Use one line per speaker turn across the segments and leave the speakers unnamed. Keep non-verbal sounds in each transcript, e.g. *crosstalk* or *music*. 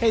Hey,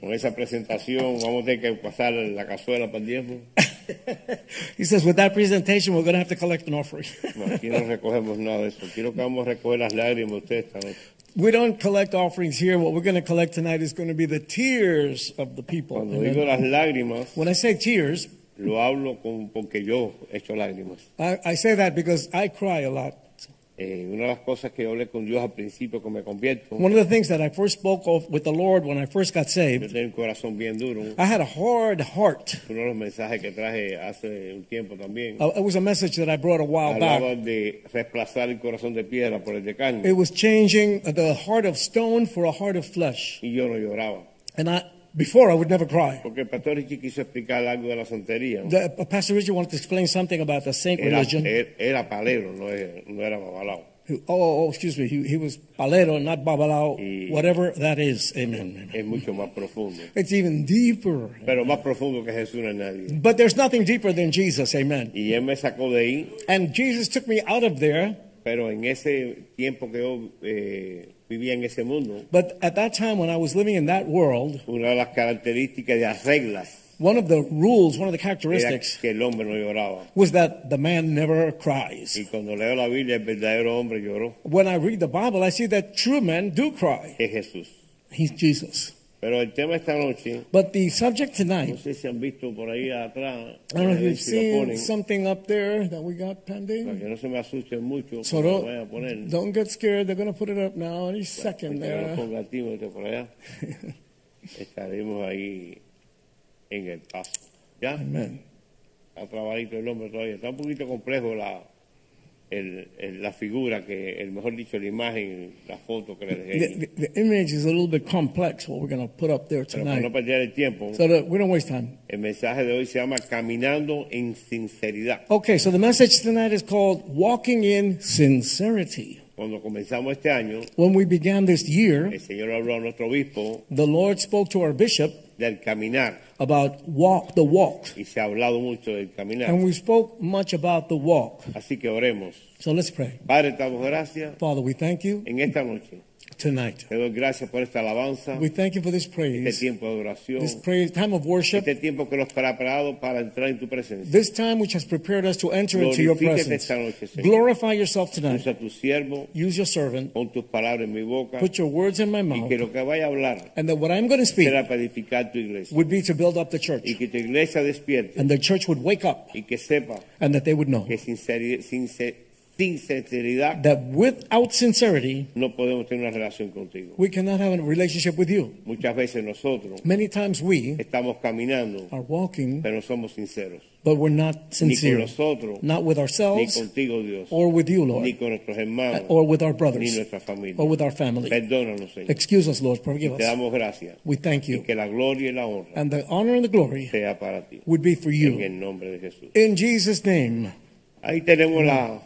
Con esa presentación vamos a tener que pasar la cazuela para el diezmo.
He says, with that presentation, we're going to have to collect an offering. *laughs*
No, aquí no recogemos nada de eso. Quiero que vamos a recoger las lágrimas de ustedes esta noche.
we don't collect offerings here. What we're going to collect tonight is going to be the tears of the people.
Cuando
Amen.
digo las lágrimas,
When I say tears,
lo hablo con, porque yo he hecho lágrimas.
I, I say that because I cry a lot.
Eh, una de las cosas que yo hablé con Dios al principio que me convierto,
One of the things that I first spoke of with the Lord when I first got
yo
saved,
tengo un corazón bien duro.
I had a hard heart.
Uno de los mensajes que traje hace un tiempo también.
Uh, it was a message that I brought a while
Hablaba
back.
de reemplazar el corazón de piedra por el de
It
carne.
was changing the heart of stone for a heart of flesh.
Y yo no lloraba.
And I, before, I would never cry.
Porque el pastor Richie quiso explicar algo de la santería.
The, uh, Pastor Richard wanted to explain something about the saint
Era,
religion.
er- era palero, no era, no era babalao.
Who- Oh, oh, excuse me. He, he was Palero, not
Y-
Babalao, whatever that is. Amen. amen.
Es mucho más profundo.
It's even deeper.
Pero más profundo que Jesús no hay nadie.
But there's nothing deeper than Jesus. Amen.
Y él me sacó de ahí,
And Jesus took me out of there.
pero en ese tiempo que yo eh, vivía en ese mundo,
But at that time, when I was living in that world,
una de las características de las reglas
one of the rules, one of the
era
characteristics,
que el hombre no lloraba.
was that the man never cries.
Y cuando leo la Biblia, el verdadero hombre lloró,
When I read the Bible, I see that true men do cry.
es Jesús.
He's Jesus.
Pero el tema esta noche,
But the subject
no
tonight,
sé si han visto por ahí atrás,
I don't know if
eh,
you've
si lo
seen
ponen,
something up there that we got
para
pending.
que no se me asusten mucho,
So
cuando lo vayan a poner.
don't, don't get scared. They're going to put it up now any
Porque
second
no
there.
ponga tímido este por allá. Estaremos ahí en el paso. ¿Ya?
*laughs* Amen.
Está trabadito el hombre todavía. Está un poquito complejo la, el- el- la figura, que, el mejor dicho, la imagen, la foto que le dejé.
The, the, the image is a little bit complex, what we're going to put up there
Pero para no
tonight.
perder el tiempo,
So that we don't waste time.
el mensaje de hoy se llama Caminando en Sinceridad.
Okay, so the message tonight is called Walking in Sincerity.
Cuando comenzamos este año,
When we began this year,
el Señor habló a nuestro obispo
the Lord spoke to our bishop
del caminar,
about walk the walk.
y se ha hablado mucho del caminar.
And we spoke much about the walk.
Así que oremos.
So let's pray.
Padre, te damos gracias
Father, we thank you
en esta noche.
tonight.
Te doy gracias por esta alabanza,
We thank you for this
este
praise,
tiempo de adoración,
this praise, time of worship,
este tiempo que nos ha preparado para entrar en tu presencia.
this time which has prepared us to enter into your
Glorifícate
presence.
esta noche, Señor.
Glorify yourself tonight.
Usa tu siervo,
Use your servant.
pon tus palabras en mi boca
Put your words in my
y
mouth.
que lo que vaya a hablar
And that what I'm going to speak
será para edificar tu iglesia.
would be to build up the church.
Y que tu iglesia despierte
And the church would wake up
y que sepa
and that they would know
que sinceri- sincer- sin sinceridad
that without sincerity,
no podemos tener una relación contigo.
we cannot have a relationship with you.
Muchas veces nosotros
Many times we
estamos caminando,
are walking,
pero no somos sinceros.
but we're not
Ni con
sincere,
nosotros,
not with
ni
ourselves
contigo, Dios,
or with
ni
you, Lord, uh,
con nuestros hermanos.
or with our
ni
brothers
nuestra familia.
or with our family.
Perdónanos, Señor.
Excuse us, Lord, forgive
Te
us.
damos gracias.
We thank
Y
you.
que la gloria y la honra
And the honor and the glory
sea para ti.
would be for
En
you.
el nombre de Jesús.
In Jesus' name.
Ahí tenemos la,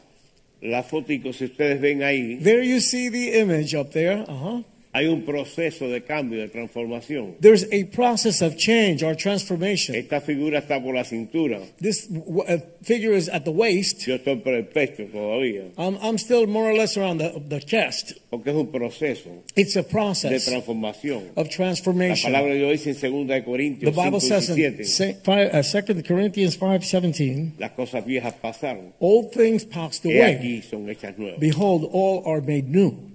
la fotico. Si ustedes ven ahí,
There you see the image up there. Uh-huh.
hay un proceso de cambio, de transformación.
There's a process of change or transformation.
Esta figura está por la cintura.
This w- uh, figure is at the waist.
Yo estoy por el pecho todavía.
I'm, I'm still more or less around the, the chest.
Porque es un proceso
It's a
de
process
transformación.
of
La
transformation.
palabra de Dios dice en segunda de
The
Corintios
Bible
5
says in
17,
Se- five- uh, 2 Corinthians 5.17,
las cosas viejas pasaron.
All things passed
Y
away.
aquí son hechas nuevas.
Behold, all are made new.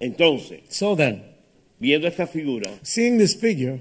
Entonces,
So then,
viendo esta figura,
seeing this figure,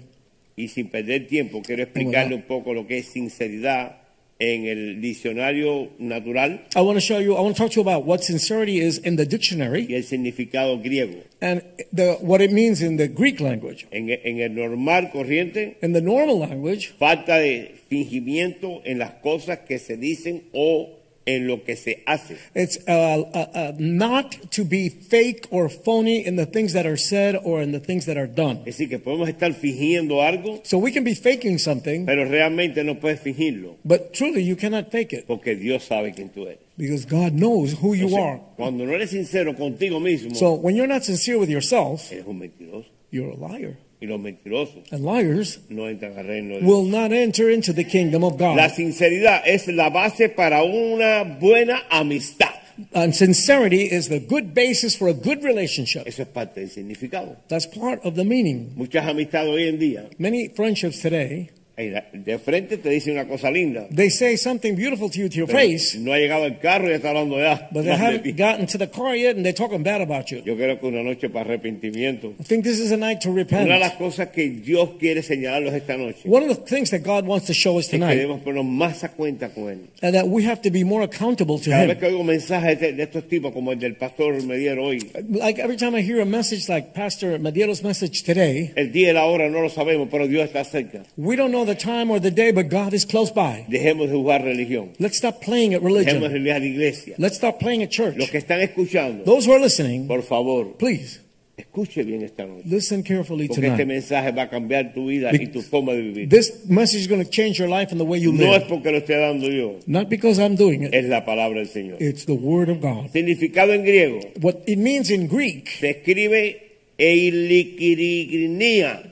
Y sin perder tiempo, quiero explicarle un poco lo que es sinceridad en el diccionario natural
I want to show you, I want to talk to you about what sincerity is in the dictionary
y el significado griego.
and the, what it means in the Greek language.
En, e, en el normal corriente,
In the normal language,
falta de fingimiento en las cosas que se dicen o en lo que se hace.
It's uh, uh, uh, not to be fake or phony in the things that are said or in the things that are done.
Es decir, que podemos estar fingiendo algo,
So we can be faking something,
pero realmente no puedes fingirlo,
but truly you cannot fake it
porque Dios sabe quién tú eres.
because God knows who you
Entonces,
are.
Cuando no eres sincero contigo mismo,
So when you're not sincere with yourself,
eres un mentiroso.
you're a liar.
Y los mentirosos
And liars
no entran al reino de Dios.
will not enter into the kingdom of
La
God.
sinceridad es la base para una buena amistad.
And sincerity is the good basis for a good relationship.
Eso es parte del significado.
That's part of the meaning.
Muchas amistades hoy en día,
Many friendships today,
eh, la- de frente te dicen una cosa linda.
they say something beautiful to you to your
pero
face,
No ha llegado el carro y ya está hablando ya.
but they
más de
haven't
ti.
gotten to the car yet and they're talking bad about you.
Yo creo que una noche para arrepentimiento.
I think this is a night to
Una de las
repent.
cosas que Dios quiere señalarlos esta noche
One of the things that God wants to show us
es que
tonight
debemos ponernos más a cuenta con Él.
and that we have to be more accountable to
Cada vez
Him.
que oigo mensajes de, de estos tipos, como el del pastor Mediero hoy,
Like every time I hear a message like Pastor Medeiros' message today,
el día y la hora no lo sabemos, pero Dios está cerca.
we don't know the time or the day, but God is close by.
Dejemos de jugar religión.
Let's stop playing at
Dejemos
religion.
de jugar iglesia.
Let's stop playing at
Los
church.
que están escuchando,
Those who are listening,
por favor,
please
escuche bien esta noche.
listen carefully
Porque este
tonight.
mensaje va a cambiar tu vida y tu forma de vivir.
This message is going to change your life and the way you
No es
live.
porque lo esté dando yo,
Not because I'm doing it,
es la palabra del Señor.
it's the Word of God.
Significado en griego,
What it means in Greek,
se escribe eilikirignia.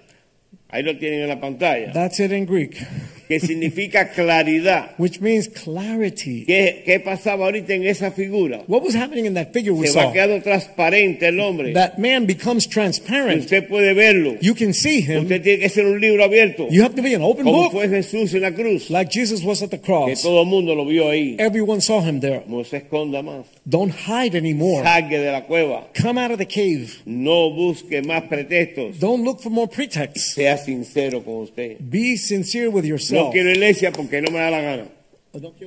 Ahí lo tienen en la pantalla.
that's it in Greek,
Que significa claridad.
which means clarity.
¿Qué, qué pasaba ahorita en esa figura?
What was happening in that figure we
Se va
saw?
quedando transparente el hombre.
That man becomes
Y
transparent.
Usted puede verlo.
You can see him.
Usted tiene que ser un libro abierto.
You have to be an open
Como
book,
fue Jesús en la cruz.
like Jesus was at the
Que
cross.
todo el mundo lo vio ahí.
Everyone saw him there.
No se esconda más.
Don't hide anymore.
Salga de la cueva.
Come out of the cave.
No busque más pretextos.
Don't look for more pretexts.
Sea sincero con usted.
Be sincere with
No
yourself.
quiero iglesia porque no me da la gana.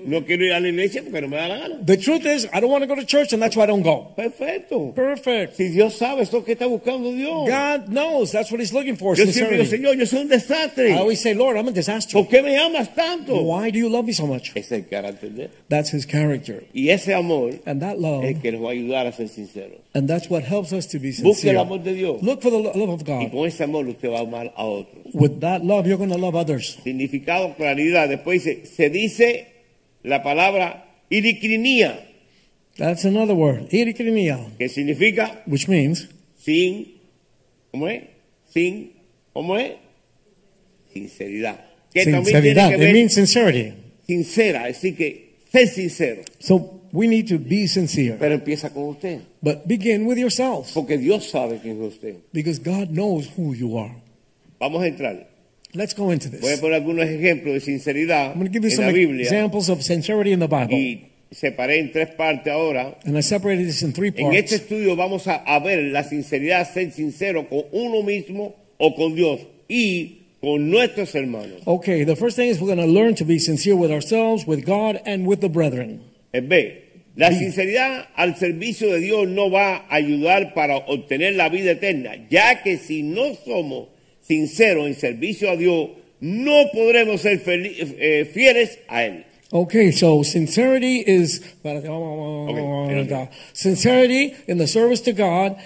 No quiero ir a la iglesia porque no me da la gana.
The truth is, I don't want to go to church, and that's why I don't go.
Perfecto.
Perfect.
Si Dios sabe, esto que está buscando Dios.
God knows that's what He's looking for.
Yo siempre digo,
Sincerity.
Señor, yo soy un desastre.
I always say, Lord, I'm a disaster.
¿Por qué me amas tanto?
Why do you love me so much?
Ese es el carácter de él.
That's His character,
Y ese amor es
and that love,
el que nos va a ayudar a ser sinceros.
and that's what helps us to be
Busque el
sincere.
amor de Dios.
Look for the lo- love of
Y
God.
con ese amor usted va a amar a otros.
With that love, you're going to love others.
Significado, claridad. Después dice, se dice la palabra iricrinía,
That's another word, irikrimia,
que significa
which means
sin, ¿cómo es? Sin, ¿cómo es? Sinceridad. Que también tiene que
sinceridad. It
ver
means sincerity.
sincera, así que sé sincero.
So we need to be sincere,
Pero empieza con usted,
but begin with yourself,
porque Dios sabe quién es usted.
because God knows who you are.
Vamos a entrar.
Let's go into
Voy a
this.
poner algunos ejemplos de sinceridad
I'm going to give you
en
some
la Biblia
examples of sincerity in the Bible.
y separé en tres partes ahora.
And I separated this in three
En este
parts.
estudio vamos a, a ver la sinceridad, ser sincero con uno mismo o con Dios y con nuestros hermanos.
Okay, the first thing is we're going to learn to be sincere with ourselves, with God, and with the brethren.
Es B. La sinceridad al servicio de Dios no va a ayudar para obtener la vida eterna, ya que si no somos sinceros en servicio a Dios, no podremos ser fel- eh, fieles a Él.
Okay, so sincerity is sincerity in the service to God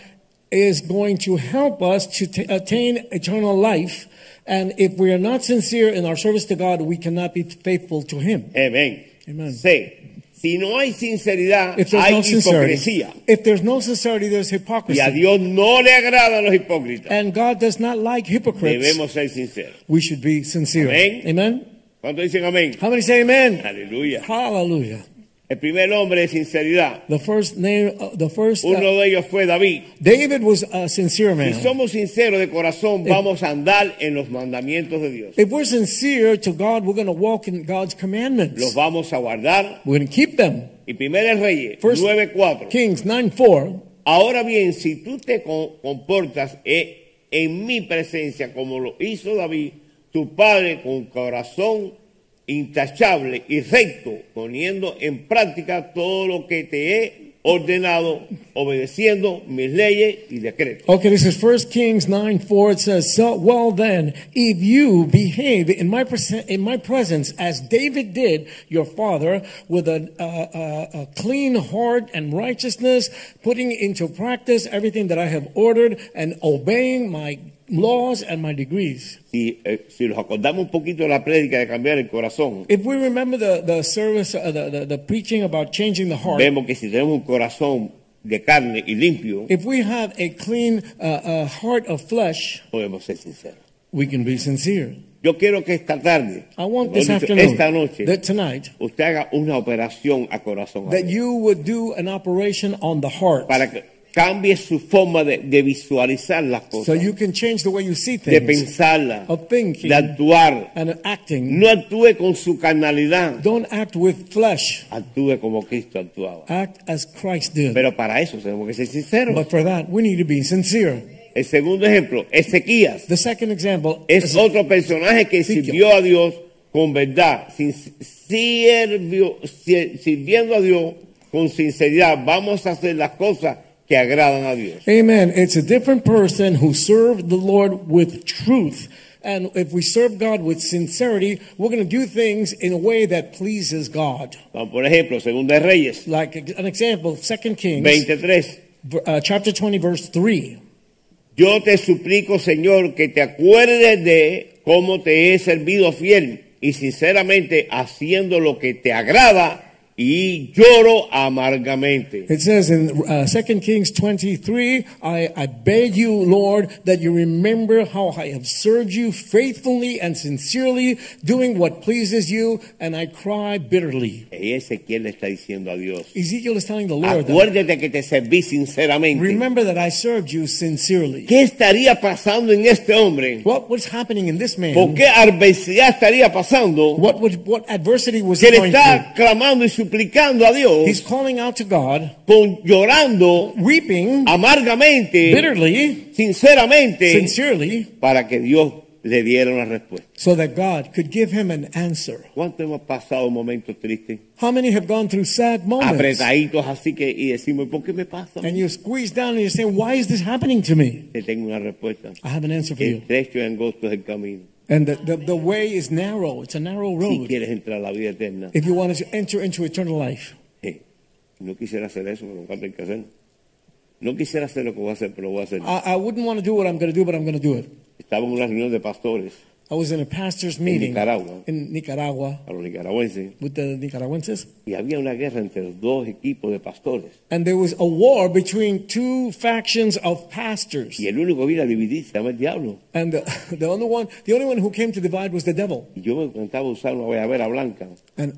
is going to help us to t- attain eternal life. And if we are not sincere in our service to God, we cannot be faithful to Him.
Amén.
Amen.
C. Si no hay sinceridad,
If there's
hay
no sincerity,
hipocresía.
if there's no sincerity, there's
Y a
hypocrisy.
Dios no le agradan los hipócritas.
And God does not like hypocrites.
Debemos ser sinceros.
We should be sincere.
Amen.
Amen.
¿Cuántos dicen amén?
How many say amen?
Aleluya.
Hallelujah.
El primer hombre de sinceridad.
The first name, uh, the first, uh,
Uno de ellos fue David.
David was a sincere
Si
man.
somos sinceros de corazón, vamos a andar en los mandamientos de Dios.
If we're sincere to God, we're going to walk in God's
Los
commandments.
vamos a guardar.
We're going to keep them.
Y primero Reyes
First-
9.4.
Kings 9 4.
Ahora bien, si tú te co- comportas eh, en mi presencia como lo hizo David, tu padre con corazón intachable y recto, poniendo en práctica todo lo que te he ordenado, obedeciendo mis leyes y decretos.
Okay, this is 1 Kings 9 4. It says, so, Well, then, if you behave in my, presen- in my presence as David did, your father, with a, a, a, a clean heart and righteousness, putting into practice everything that I have ordered and obeying my laws and my degrees.
Si, eh, si nos acordamos un poquito de la prédica de cambiar el corazón,
If we remember the, the service, uh, the, the, the preaching about changing the heart,
vemos que si tenemos un corazón de carne y limpio,
if we have a clean uh, uh, heart of flesh,
podemos ser sinceros.
we can be sincere.
Yo quiero que esta tarde,
I
mejor
want this
dicho,
afternoon,
esta noche,
that tonight,
usted haga una operación a corazón
that
abierto
you would do an operation on the heart
para que cambie su forma de, de visualizar las
so
cosas,
you can change the way you see
de
things
pensarlas,
of thinking.
de actuar.
and acting.
No actúe con su carnalidad,
Don't act with flesh,
actúe como Cristo actuaba.
act as Christ did.
Pero para eso tenemos que ser sinceros.
But for that, we need to be sincere.
El segundo ejemplo, Ezequías,
The second example
es otro personaje que
Ezequiel.
sirvió a Dios con verdad, sin- sirvió- sir- sirviendo a Dios con sinceridad. Vamos a hacer las cosas que agradan a Dios.
Amen. It's a different person who served the Lord with truth. And if we serve God with sincerity, we're going to do things in a way that pleases God.
Vamos, Por ejemplo, Segunda de Reyes,
Like an example, 2 Kings
23.
uh, chapter 20, verse 3.
Yo te suplico, Señor, que te acuerdes de cómo te he servido fiel y sinceramente haciendo lo que te agrada y lloro amargamente.
It says in uh, 2 Kings 23, I, I beg you, Lord, that you remember how I have served you faithfully and sincerely, doing what pleases you, and I cry bitterly.
Y Ezequiel le está diciendo a Dios,
Ezekiel is telling the Lord, that,
acuérdate que te serví sinceramente.
remember that I served you sincerely.
¿Qué estaría pasando en este hombre?
What was happening in this man?
¿Por qué adversidad estaría pasando?
What would, what adversity was
Que
he
le
going through?
está clamando y suplicando a Dios,
He's calling out to God,
con, llorando
weeping
amargamente,
bitterly,
sinceramente,
sincerely,
para que Dios le diera una respuesta.
so that God could give him an answer.
¿Cuánto hemos pasado momentos tristes?
How many have gone through sad moments?
Apretaditos así que y decimos, ¿por qué me pasa?
And you squeeze down and you say, Why is this happening to me?
Te tengo una respuesta.
I have an answer for you.
Estrecho y angosto es el camino.
And the, the, the way is narrow, it's a narrow
Si
road.
quieres entrar a la vida eterna.
If you want to enter into eternal life,
Eh, No quisiera hacer eso, pero nunca tengo que hacerlo. No quisiera hacer lo que voy a hacer, pero voy a hacer.
I, I wouldn't want to do what I'm going to do, but I'm going to do it.
Estaba en una reunión de pastores,
I was in a pastor's meeting
Nicaragua.
in Nicaragua
a los nicaragüenses,
with the Nicaraguenses,
y había una guerra entre los dos equipos de pastores.
and there was a war between two factions of pastors.
Y el único que vino a dividir se llama el diablo.
And the, *laughs* the, only one, the only one who came to divide was the devil.
Y yo me encantaba usar una guayabera blanca,
And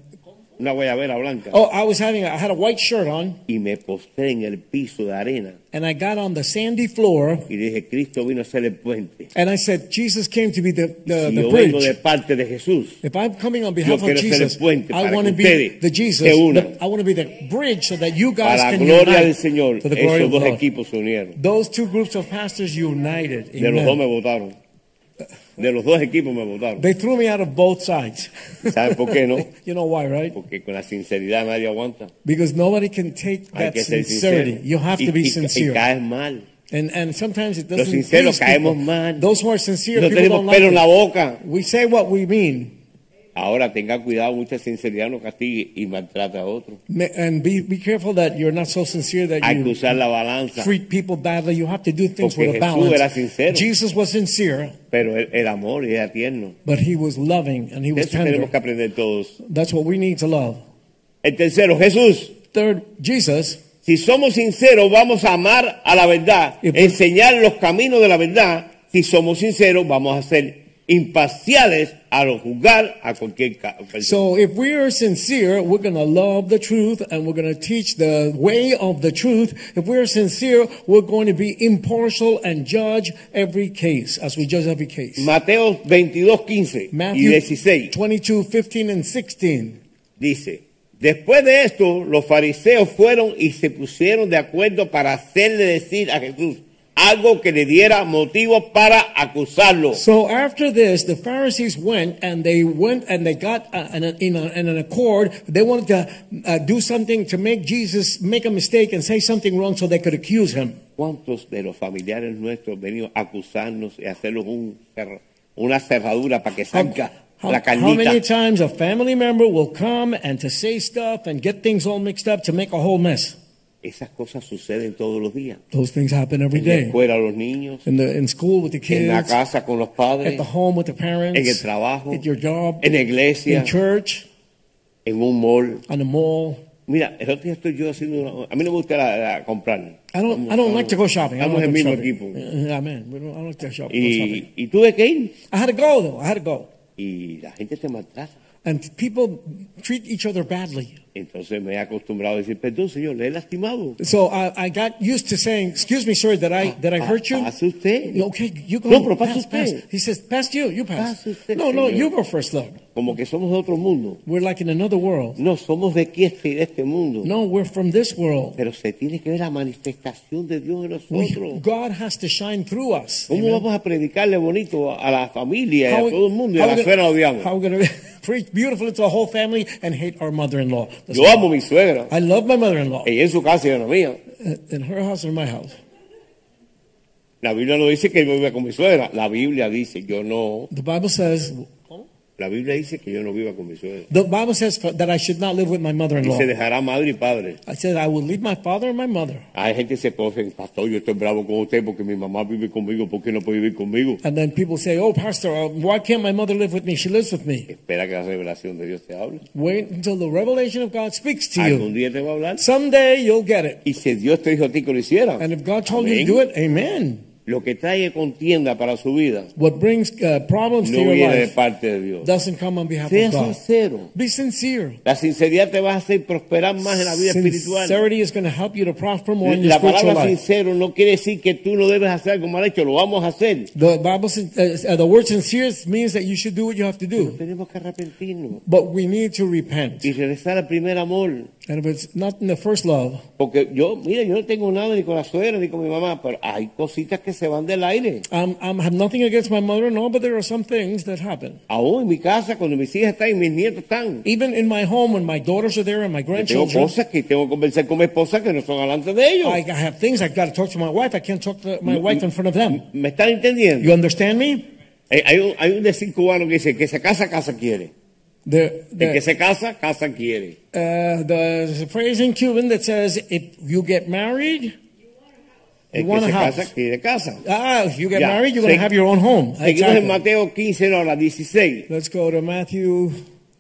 una guayabera blanca,
oh, I was having, I had a white shirt on,
y me postré en el piso de arena.
and I got on the sandy floor
Y dije, Cristo vino a ser el puente.
And I said, Jesus came to be the, the,
Si
the
yo vengo de
bridge.
parte de Jesús,
If I'm coming on
Yo
behalf of
quiero ser el
Jesus,
puente
I
para
want to
que
be
ustedes
the Jesus.
se unan.
the- I want to be the bridge so that you guys
para la
can
gloria
unite
del Señor,
for the glory
esos
of
dos
God.
equipos se unieron.
Those two groups of pastors united.
De los
Amen.
dos me votaron. De los dos equipos me votaron.
They threw me out of both sides.
¿Sabes por qué no?
*laughs* You know why, right?
Porque con la sinceridad nadie aguanta.
Because nobody can take
Hay
that
que ser
sincerity.
sincero.
You have
Y-
to be
y- Y,
sincere.
caes mal.
and and sometimes it
Los
doesn't
sinceros
please people.
caemos mal.
Those who are sincere,
No
people
tenemos
don't like
pelo en la
it.
boca.
We say what we mean
Ahora tenga cuidado, mucha sinceridad no castigue y maltrata a otro.
Ma- and be, be careful that you're not so sincere that
Hay
you
que usar la balanza.
treat people badly. You have to do things
Porque
with a
Jesús era
balance.
sincero.
Jesus was sincere,
Pero el, el amor y era tierno.
but he was loving and he
De
was
eso tenemos
tender.
que aprender todos.
That's what we need to love.
El tercero, Jesús.
Third, Jesus,
Si somos sinceros, vamos a amar a la verdad,
Y- pues-
enseñar los caminos de la verdad. Si somos sinceros, vamos a ser imparciales a lo juzgar a cualquier ca- persona.
So if we are sincere, we're going to love the truth and we're going to teach the way of the truth. If we're sincere, we're going to be impartial and judge every case as we judge every case.
Mateo 22, 15 y
Matthew
16
22, 15, and 16.
dice, después de esto los fariseos fueron y se pusieron de acuerdo para hacerle decir a Jesús, algo que le diera motivo para acusarlo.
So after this, the Pharisees went and they went and they got uh, an, in, a, in an accord. They wanted to uh, do something to make Jesus make a mistake and say something wrong so they could accuse him.
¿Cuántos de los familiares nuestros venido a acusarnos y hacernos un cerra- una cerradura para que salga
How,
la
how many
carnita?
times a family member will come and to say stuff and get things all mixed up to make a whole mess?
Esas cosas suceden todos los días.
Those things happen every
En la
day.
escuela los niños,
In the in school with the
en la
kids, at
casa con los padres,
the home with the
en el
parents,
trabajo,
at your job,
en la iglesia,
in church,
en un mall.
on the mall.
Mira, el otro día estoy yo haciendo una... A mí no me gusta la, la- comprar.
I don't, I don't like to go shopping. I don't
Estamos
like
en
to
mismo
go
equipo.
shopping. Yeah, Amen. We don't, I don't like to shop, go shopping.
Y, y tuve que ir.
I had to go though. I had to go.
Y la gente te maltrata.
And people treat each other badly.
Entonces me he acostumbrado a decir, perdón, señor, le he lastimado.
So I, I got used to saying, "Excuse me, sir, that I that I
Ah,
hurt you."
pase usted.
Okay, you go.
No, pero pase
pass,
usted.
pass. He says, "Pass you. You pass."
Pase usted,
no, no,
señor.
you go first, love.
Como que somos de otro mundo.
We're like in another world.
No, somos de aquí este y de este mundo.
No, we're from this world.
Pero se tiene que ver la manifestación de Dios en
We-
nosotros.
God has to shine through us.
¿Cómo
Amen.
vamos a predicarle bonito a a la familia y
How
a
we-
todo el mundo y a
how
la
we
suegra la
gonna- *laughs*
odiamos?
How we're going to preach beautiful to the whole family and hate our mother-in-law. That's
Yo amo a mi suegra.
I love my mother-in-law.
Ella es su casa y yo en la mía.
In her house or my house.
La Biblia no dice que yo viva con mi suegra. La Biblia dice, yo no.
The Bible says
La Biblia dice que yo no viva con mi suegra.
the Bible says for, that I should not live with my
Y
mother-in-law.
se dejará madre y padre.
I said I will leave my father and my mother.
Hay gente que se coge, pastor, yo estoy bravo con usted porque mi mamá vive conmigo, ¿por qué no puede vivir conmigo?
And then people say, "Oh, pastor, uh, why can't my mother live with me? She lives with me."
Espera que la revelación de Dios te hable.
Wait until the revelation of God speaks to
Algún
you.
día te va a hablar.
Someday you'll get it.
Y si Dios te dijo a ti que lo hiciera,
And if God told you to
Amén.
do it, amen.
lo que trae contienda para su vida
What brings uh, problems to
no
your
viene de
life
parte de Dios.
doesn't come on behalf
Sea
of God.
sincero.
Be sincere.
La sinceridad te va a hacer prosperar más en la vida espiritual.
Sincerity is going to help you to prosper more in your
La
spiritual
palabra
life.
sincero no quiere decir que tú no debes hacer algo mal hecho, lo vamos a hacer.
The Bible, says- uh, uh, the word sincere means that you should do what you have to do.
Tenemos que arrepentirnos
But we need to repent.
y regresar al primer amor.
And if it's not in the first love,
Porque yo, mira, yo no tengo nada ni con la suegra ni con mi mamá, pero hay cositas que se van del aire.
um, I have nothing against my mother-in-law, but there are some things that happen.
Aún en mi casa, cuando mis hijas están y mis nietos están.
Even in my home, when my daughters are there and my
Yo tengo
grandchildren,
cosas que tengo que conversar con mi esposa que no son delante de ellos.
I, I have things I've got to talk to my wife. I can't talk to my
No,
wife in front of them.
¿Me están entendiendo?
You understand me?
Eh, Hay un, hay un decir cubano que dice, el que se casa, casa quiere.
The,
El que
the,
se casa, casa quiere.
uh, the phrase in Cuban that says, if you get married, you
El que
want
se
a house.
casa, quiere casa.
Ah, if you get
Ya,
married, you're going
se-
to have your own home.
Seguimos en
Exactly.
Mateo 15, no, la 16.
Let's go to Matthew,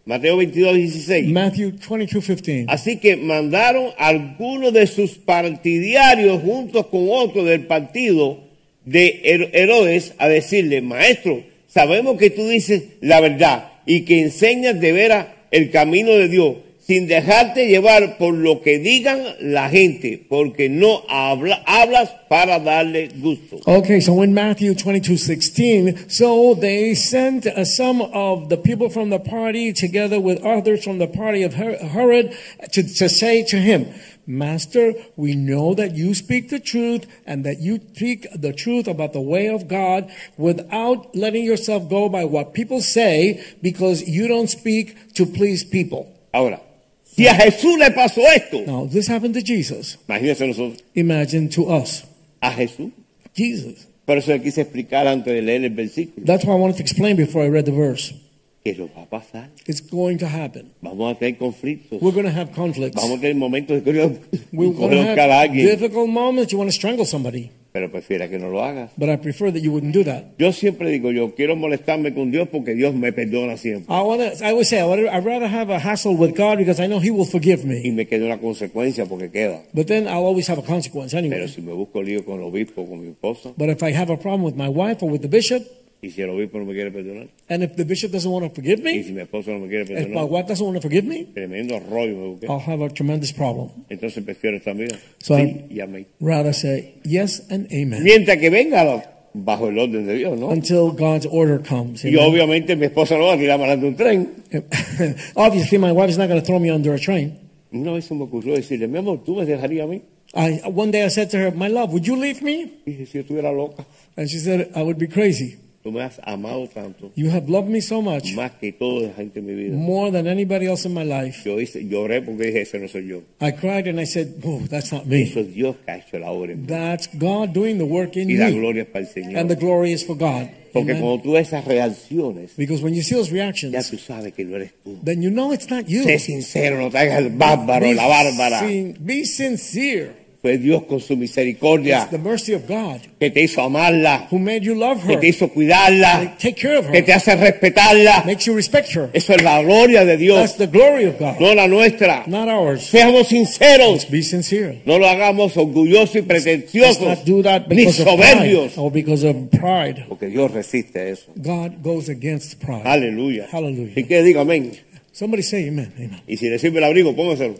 Mateo 22, 16.
Matthew 22, 15.
Así que mandaron algunos de sus partidarios juntos con otros del partido de Her- Herodes a decirle, maestro, sabemos que tú dices la verdad y que enseñas de veras el camino de Dios, sin dejarte llevar por lo que digan la gente, porque no habla- hablas para darle gusto.
Okay, so in Matthew 22, 16, so they sent uh, some of the people from the party together with others from the party of Her- Herod to, to say to him, Master, we know that you speak the truth and that you speak the truth about the way of God without letting yourself go by what people say because you don't speak to please people.
Ahora, si a Jesús le pasó esto,
Now, this happened to Jesus.
imagínense nosotros,
Imagine to us,
a Jesús.
Jesus.
Pero eso le quise explicar antes de leer el versículo,
That's what I wanted to explain before I read the verse.
que lo va a pasar.
It's going to happen.
Vamos a tener conflictos.
We're going to have conflicts.
Vamos a tener momentos de querer *laughs*
We're going to
coger a
have
alguien.
difficult moments. You want to strangle somebody,
Pero prefiera que no lo hagas.
but I prefer that you wouldn't do that.
Yo siempre digo, yo quiero molestarme con Dios porque Dios me perdona siempre.
I want to. I would say I would. I'd rather have a hassle with God because I know He will forgive
Y
me.
me queda una consecuencia porque queda.
But then I'll always have a consequence
Pero
anyway.
si me busco lío con el obispo, con mi esposa,
But if I have a problem with my wife or with the bishop,
y si el obispo no me quiere perdonar,
and if the bishop doesn't want to forgive
y
me,
si mi esposa no me quiere
if my
perdonar,
wife doesn't want to forgive me,
tremendo rollo me busqué.
I'll have a tremendous problem.
Entonces prefiero estar mira.
Ah. So
sí,
I'm-
y amén.
Rather say yes and amen
Mientras que venga la- bajo el orden de Dios, ¿no?
until God's order comes.
Y
Amen.
obviamente mi esposa no va a tirar más de un tren.
*laughs* Obviously, my wife is not going to throw me under a train.
Una vez se me ocurrió decirle, mi amor, ¿tú me dejarías a mí?
I, one day I said to her, My love, would you leave me?
Dije, si yo estuviera loca,
And she said, I would be crazy.
tú me has amado tanto,
You have loved me so much,
más que toda la gente en mi vida.
more than anybody else in my life.
Yo hice, lloré porque dije, ese no soy yo.
I cried and I said, Whoa, that's not me.
Eso es Dios que ha hecho la obra en mí.
That's God doing the work in
Y la
me.
gloria es para el
And the
Señor.
glory is for God.
Porque
Amen.
cuando tú ves esas reacciones,
Because when you see those
ya
reactions,
tú sabes que no eres tú.
then you know it's not you.
Sé sincero, no te hagas el bárbaro, la bárbara.
sin- be sincere.
Fue Dios con su misericordia
It's the mercy of God
que te hizo amarla,
who made you love
que
her,
te hizo cuidarla,
take care of
que
her,
te hace respetarla.
makes you respect her.
Eso es la gloria de
That's
Dios,
the glory of God,
no la nuestra.
not ours.
Seamos sinceros,
Be sincere.
no lo hagamos orgullosos y
Let's not
pretenciosos,
do that
ni
because of pride
soberbios,
or because of pride.
porque Dios resiste eso.
God goes against pride.
Aleluya.
Aleluya.
Y que diga amén.
Somebody say amen. Amen.
Y si le sirve el abrigo, póngaselo.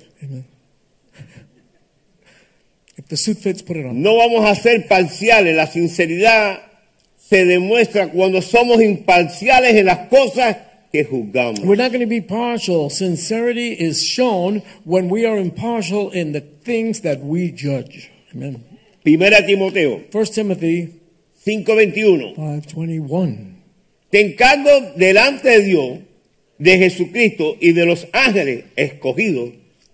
If the suit fits, put it on.
No vamos a ser parciales. La sinceridad se demuestra cuando somos imparciales en las cosas que juzgamos.
We're not going to be partial. Sincerity is shown when we are impartial in the things that we judge. Amen.
Primera Timoteo
1 Timothy
5:21.
5:21.
Te encargo delante de Dios, de Jesucristo y de los ángeles escogidos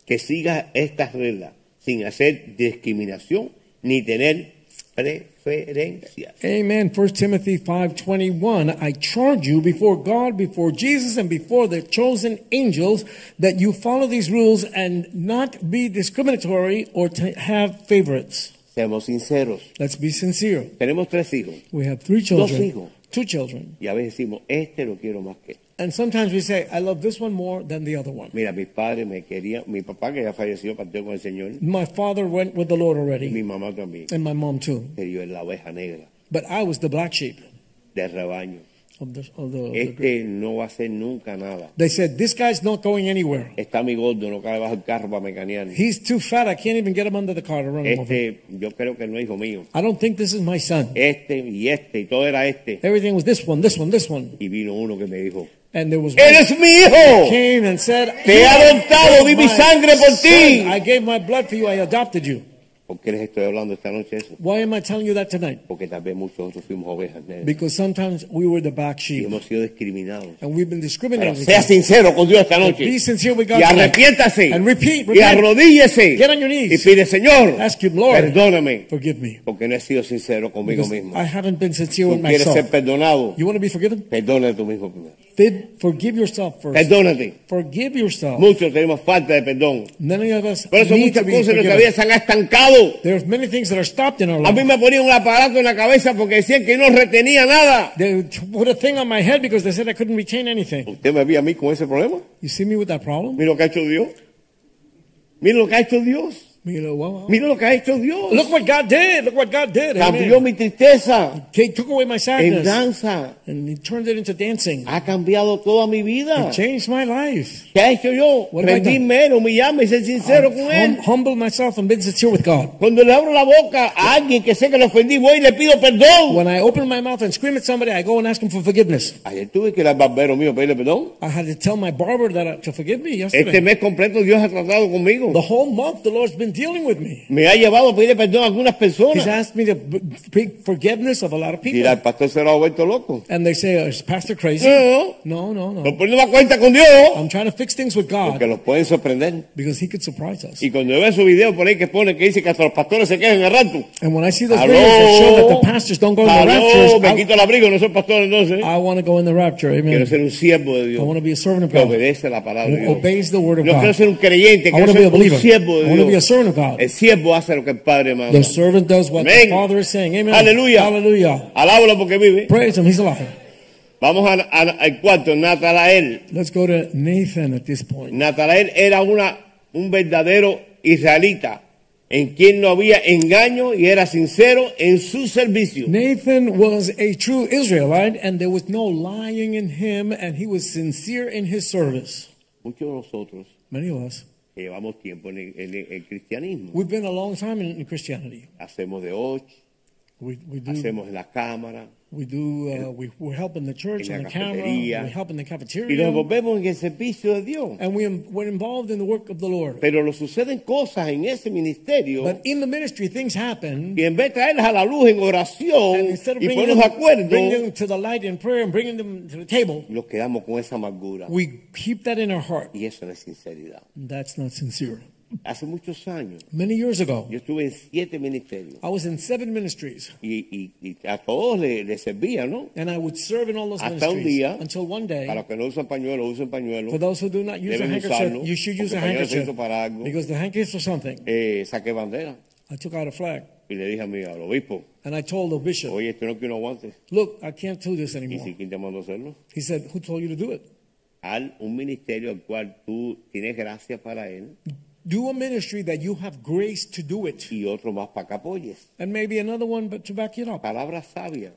que sigas estas reglas sin hacer discriminación ni tener preferencias.
Amen. 1 Timothy 5:21 I charge you before God, before Jesus and before the chosen angels that you follow these rules and not be discriminatory or to have favorites.
Seamos sinceros.
Let's be sincere.
Tenemos tres hijos
We have three
hijos.
children. Two children.
y a veces decimos, este lo quiero más que este.
And sometimes we say I love this one more than the other one.
Mira, mis padres me querían, mi papá que ya falleció partió con el Señor,
My father went with the Lord
mi
already
mamá también,
and my mom too.
pero yo era la oveja negra
But I was the black sheep
del rebaño.
of the of the, of
Eh,
the group.
Este no va a hacer nunca nada.
They said this guy's not going anywhere.
Está mi gordo, no cabe bajo el carro para mecanear.
He's too fat. I can't even get him under the car to run him over.
Este, yo creo que no es hijo mío.
I don't think this is my son.
Este y este, y todo era este.
Everything was this one, this one, this one.
Y vino uno que me dijo,
And there was one
¡Eres mi hijo!
came and said,
Te he adoptado, di mi
My
sangre por ti.
son, I gave my blood for you, I adopted you.
¿Por qué les estoy hablando esta noche eso?
Why am I telling you that tonight?
Porque tal vez muchos de nosotros fuimos ovejas negras
Because sometimes we were the black
y
sheep
hemos sido discriminados.
and we've been
Pero
discriminated
sea
against.
sincero con Dios esta noche.
Be sincere with God.
Y
tonight.
arrepiéntase.
And repeat,
Y
repent.
arrodíllese.
Get on your knees.
Y pide, Señor,
Ask him, Lord,
perdóname.
Forgive me.
Porque no he sido sincero conmigo
Because
mismo.
I haven't been sincere
Tú
with
quieres
myself.
ser perdonado.
You want to be forgiven?
Perdónate tú mismo primero.
Fib- Forgive yourself first.
Perdónate.
Forgive yourself.
Muchos tenemos falta de perdón.
None of us
Por eso
need to
muchas
be
cosas en nuestra
forgiven.
vida se han estancado.
There are many things that are stopped in our
A
life.
mí me ponían un aparato en la cabeza porque decían que no retenía nada.
They put a thing on my head because they said I couldn't retain anything.
¿Usted me vio a mí con ese problema?
You see me with that problem?
Mira lo que ha hecho Dios. Mira lo que ha hecho Dios.
Me go, wow, wow.
Mira lo que ha hecho Dios.
Look what God did. Look what God did.
Cambió
Amen.
mi tristeza
He took away my
en
sadness
danza.
and he turned it into dancing.
Ha cambiado toda mi vida.
He changed my life.
¿Qué ha hecho yo?
What have I
Rendirme, a él, humillarme y ser sincero con
Hum-
él.
humble myself and been sincere with God.
Cuando le abro la boca a alguien que sé que lo ofendí, voy y le pido perdón.
When I open my mouth and scream at somebody, I go and ask him for forgiveness.
Ayer tuve que ir al barbero mío a pedirle perdón.
I had to tell my barber that I, to forgive me
Este
yesterday.
mes completo Dios ha tratado conmigo.
The whole month, the Lord's been dealing with me.
Me ha llevado a pedirle perdón a algunas
He's
personas.
asked me to b- beg forgiveness of a lot of
Dirá,
people.
el pastor será vuelto loco.
And they say, oh, is Pastor crazy?
No,
No, no, no.
Mm. no ponemos a cuenta con Dios.
I'm trying to fix things with God.
Porque los pueden sorprender.
Because he could surprise us.
Y cuando veo su video por ahí que pone que dice que hasta los pastores se quejan al rato.
And when I see those videos that show that
Aló,
the pastors don't go in the
aló, me
raptures,
quito el abrigo, no soy pastor entonces.
I, want to go in the rapture.
Quiero
Amen.
ser un siervo de
I want
Dios.
to be a servant of
Que
God.
obedece la palabra de
Who
Dios.
obeys the word of
Yo quiero
God.
ser un creyente,
I want
quiero
to be a
ser un
believer.
siervo
I
de
want to be a
Dios.
servant of God.
El siervo hace lo que el Padre manda.
The servant does what
Amén.
the Father is saying. Amen.
Aleluya.
Hallelujah.
Alábalo porque vive.
Praise him. He's alive.
Vamos al, al- al cuarto, Natanael.
Let's go to Nathan at this point.
Natanael era una, un verdadero israelita en quien no había engaño y era sincero en su servicio.
Nathan was a true Israelite, and there was no lying in him, and he was sincere in his service.
Muchos de nosotros
Many of us,
que llevamos tiempo en el, en el- el cristianismo.
we've been a long time in in Christianity.
Hacemos de ocho,
We, we do
hacemos en la cámara,
We do. Uh, we, we're helping the church
En
on
la
the camera.
cafetería.
We're helping the
y
cafeteria.
nos volvemos en el servicio de Dios.
and we, we're involved in the work of the Lord.
Pero nos suceden cosas en ese ministerio
But in the ministry, things happen.
y en vez de traerlas a la luz en
And
oración
instead of
y
bringing
ponernos
them,
de acuerdo,
bringing them to the light in prayer and bringing them to the table,
nos quedamos con esa amargura.
we keep that in our heart.
Y eso no es sinceridad.
That's not sincere.
Hace muchos años
Many years ago,
yo estuve en siete ministerios
I was in seven ministries,
y, y- y a todos les servía, ¿no?
and I would serve in all those
Hasta un
ministries
día,
until one day.
para los que no usan pañuelos, usen pañuelos.
For those who do not use a
Deben
handkerchief,
usarlo,
you should use a
porque mañana se
handkerchief
hizo para algo.
because the handkerchief is something.
Eh, saqué bandera
I took out a flag
y le dije a mi al obispo,
and I told the bishop,
oye, esto no quiero aguantes.
"Look, I can't do this
¿Y
anymore."
si quién te mandó a hacerlo?
He said, "Who told you to do it?
Al un ministerio al cual tú tienes gracia para él
Do a ministry that you have grace to do it,
y otro más para que apoyes.
and maybe another one, but to back it up,
Palabras sabias.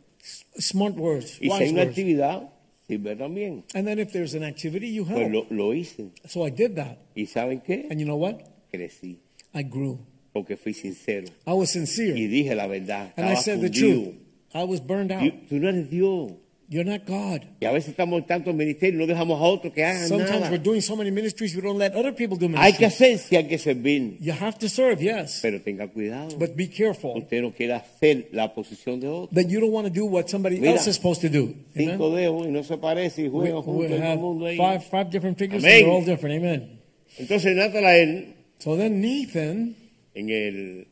smart words,
Y si hay
wise
una
words."
actividad, sirve también.
And then if there's an activity, you
Pues
help.
lo, lo hice.
So I did that,
¿Y saben qué?
and you know what?
Crecí.
I grew.
Porque fui sincero.
I was
Y
sincere,
dije la verdad.
and I
Estaba
said the
fundido.
truth. I was burned out.
Y- Tú no eres Dios.
You're not God.
Y a veces estamos en tantos ministerios no dejamos a otros que hagan
Sometimes we're
Ah, nada.
doing so many ministries, we don't let other people do
Hay que
ministry.
hacer si hay que servir.
You have to serve, yes.
Pero tenga cuidado.
But be careful
Usted no quiera hacer la posición de otro.
that you don't want to do what somebody
Mira.
else is supposed to do. Amen?
Cinco dedos y no se parece y
We,
juega
we
junto todo el
have
mundo ahí.
five, five different figures
Amén.
and they're all different. Amen.
Entonces Natanael
So then Nathan,
en el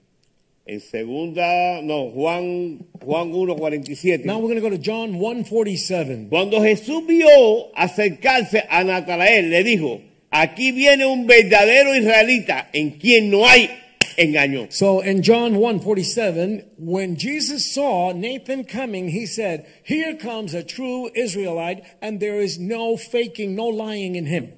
en segunda, no, Juan Juan 1:47.
now we're going to go to John 147.
Cuando Jesús vio acercarse a Natanael, le dijo, aquí viene un verdadero israelita en quien no hay engaño.
So in John 147, when Jesus saw Nathan coming, he said, Here comes a true Israelite, and there is no faking, no lying in him.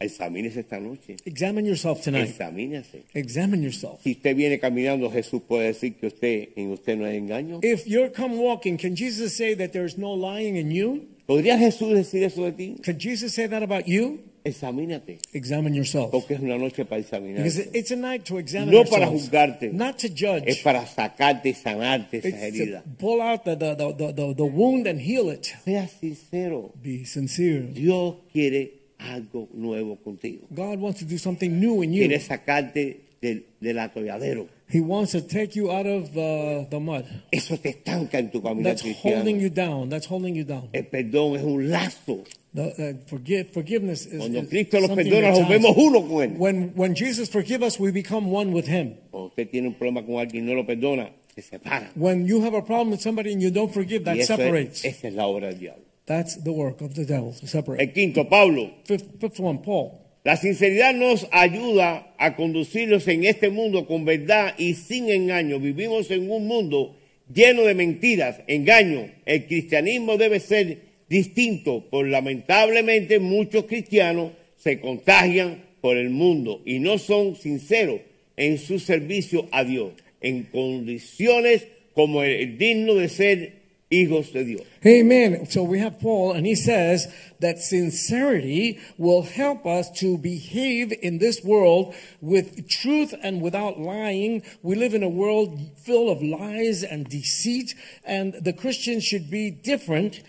Examínese esta noche,
Examine yourself tonight.
examínese.
Examine yourself.
Si usted viene caminando, Jesús puede decir que usted en usted no hay engaño.
If you're come walking, can Jesus say that there's no lying in you?
¿Podría Jesús decir eso de ti?
Could Jesus say that about you?
Examínate,
Examine yourself.
porque es una noche para examinar.
Because it's a night to examine
No para
ourselves.
juzgarte.
Not to judge.
Es para sacarte y sanarte esas
it's to
heridas.
pull out the, the, the, the- the, the wound and heal it.
Sea sincero.
Be sincere.
Dios quiere algo nuevo contigo.
God wants to do something new in you.
Quiere sacarte del, del atolladero.
He wants to take you out of uh, the mud.
Eso te estanca en tu caminar
That's holding
cristiano.
you down. That's holding you down.
El perdón es un lazo.
The, uh, forgive, forgiveness is,
Cuando
is
Cristo nos
something
perdona,
that
nos
ties-
vemos uno con Él.
When, when Jesus forgive us, we become one with Him.
Cuando usted tiene un problema con alguien y no lo perdona, se separa.
When you have a problem with somebody and you don't forgive,
Y
that
eso es-
separates.
esa es la obra del diablo.
That's the work of the devil to separate.
El quinto, Pablo.
Fifth, fifth one, Paul.
La sinceridad nos ayuda a conducirnos en este mundo con verdad y sin engaño. Vivimos en un mundo lleno de mentiras, engaños. El cristianismo debe ser distinto, por lamentablemente muchos cristianos se contagian por el mundo y no son sinceros en su servicio a Dios, en condiciones como el, el digno de ser hijos de Dios.
Amen. So we have Paul, and he says that sincerity will help us to behave in this world with truth and without lying. We live in a world full of lies and deceit, and the Christians should be different.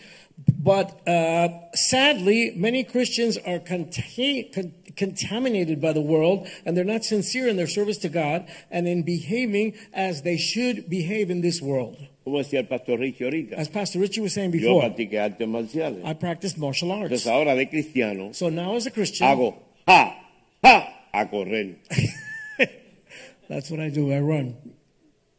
But uh, sadly, many Christians are contain, con- contaminated by the world, and they're not sincere in their service to God and in behaving as they should behave in this world.
Como decía el pastor Richie ahorita,
As Pastor Richie was saying
yo
before,
practiqué artes marciales.
I practice martial arts.
Entonces ahora de cristiano
So now as a Christian,
hago ja, ja, a correr.
that's what I do. I run.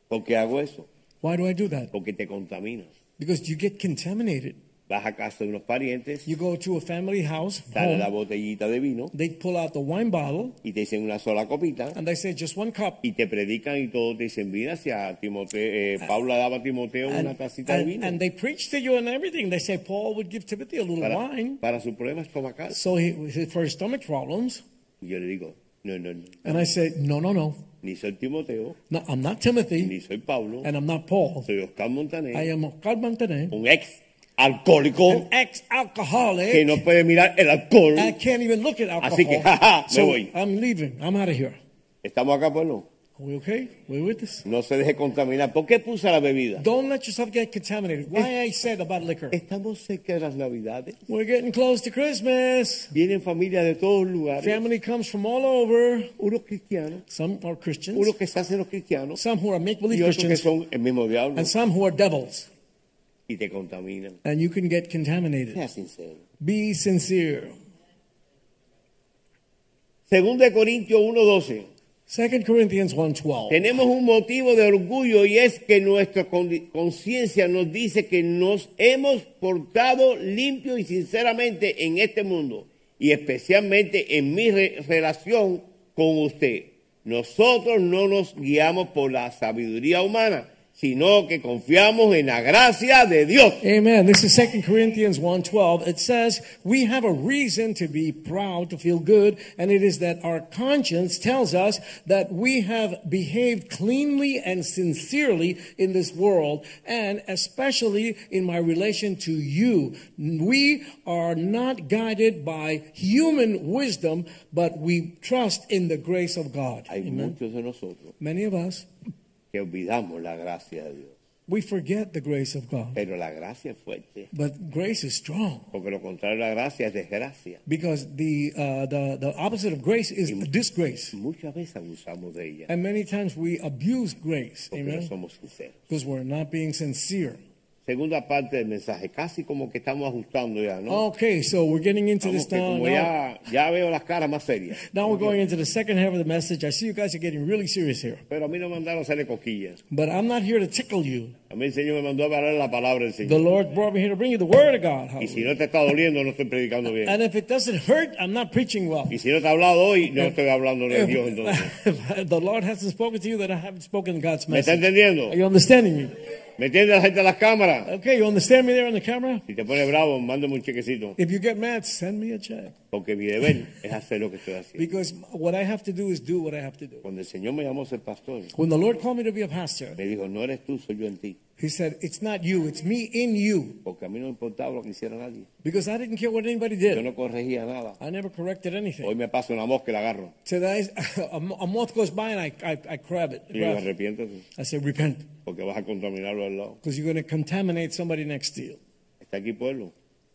¿Por qué hago eso?
Why do I do that?
Porque te contaminas.
Because you get contaminated.
Vas a casa de unos parientes,
You go to a family house,
sale
home,
la botellita de vino
they pull out the wine bottle
y te dicen una sola copita
and they say just one cup.
y te predican y todo te dicen, mira, si a Timoteo, eh, Paula daba a Timoteo
Ah. And,
una tacita de
and,
vino
and they preach to you and everything. They say Paul would give Timothy a little
para,
wine.
para su problema estomacal.
So he he- for his stomach problems.
Y yo le digo, no, no, no,
And I say, no, no, no.
ni soy Timoteo,
no I'm not Timothy
ni soy Pablo,
and I'm not Paul.
soy Oscar
I
Montaner,
am Oscar Montaner,
un ex alcohólico
an ex-alcoholic.
que no puede mirar el alcohol.
I can't even look at alcohol.
Así que, *laughs* jaja, me
so
voy.
I'm leaving. I'm out of here.
Estamos acá, pues no.
Are we okay? We with this?
No se deje contaminar. ¿Por qué puse la bebida?
Don't let yourself get contaminated. Why I said about liquor.
Estamos cerca de las navidades.
We're getting close to Christmas.
Vienen familias de todos lugares.
Family comes from all over.
Unos cristianos,
Some are Christians,
unos que se hacen los cristianos
some who are make
y
believe
otros que
Christians,
son el mismo diablo
and some who are devils.
y te contaminan.
And you can get contaminated.
Sea sincero.
Be sincere.
Según de Corintios 1.12.
2 Corinthians 1.12.
Tenemos un motivo de orgullo y es que nuestra con- conciencia nos dice que nos hemos portado limpio y sinceramente en este mundo y especialmente en mi re- relación con usted. Nosotros no nos guiamos por la sabiduría humana, sino que confiamos en la gracia de Dios.
Amen. This is 2 Corinthians 1.12. It says, we have a reason to be proud, to feel good, and it is that our conscience tells us that we have behaved cleanly and sincerely in this world, and especially in my relation to you. We are not guided by human wisdom, but we trust in the grace of God.
Hay muchos de nosotros
Many of us,
que olvidamos la gracia de Dios,
we forget the grace of God,
pero la gracia es fuerte,
but grace is strong.
porque lo contrario a la gracia es desgracia.
Because the, uh, the, the opposite of grace is disgrace.
Muchas veces abusamos de ella,
And many times we abuse grace,
porque no
amen?
somos sinceros.
Because we're not being sincere.
Segunda parte del mensaje, casi como que estamos ajustando ya, ¿no?
Okay, so we're getting into
Vamos,
this
que
now.
como
Now,
ya, ya veo las caras más serias.
now we're going into the second half of the message. I see you guys are getting really serious here.
Pero a mí no me mandaron a hacerle coquillas.
But I'm not here to tickle you.
A mí el Señor me mandó a hablar la palabra del
The
Señor.
Lord brought me here to bring you the Word of God.
Y si
hallelujah.
no te está doliendo, no estoy predicando bien.
And if it doesn't hurt, I'm not preaching well.
Y si no te ha hablado hoy, no estoy hablando de Dios entonces.
*laughs* the Lord hasn't spoken to you, then I haven't spoken God's
¿Me está
message.
entendiendo?
Are you understanding me?
¿Me entiende la gente de las cámaras?
Okay, you understand me there on the camera?
Si te pones bravo, mándame un chequecito.
If you get mad, send me a check.
Porque mi deber es hacer lo que estoy haciendo.
Because what I have to do is do what I have to do.
Cuando el Señor me llamó a ser pastor,
When the Lord called me to be a pastor,
me dijo, no eres tú, soy yo en ti.
He said, It's not you, it's me in you.
Porque a mí no me importaba lo que hiciera nadie.
Because I didn't care what anybody
Yo
did.
no corregía nada.
I never corrected
Hoy
anything.
me pasa una mosca y la agarro.
Today, *laughs* a mo- a month goes by and I, I, I grab it.
Y le digo,
grab it.
arrepiéntete,
I say, Repent,
porque vas a contaminarlo al lado.
because you're going to contaminate somebody next to you.
Está aquí, pueblo.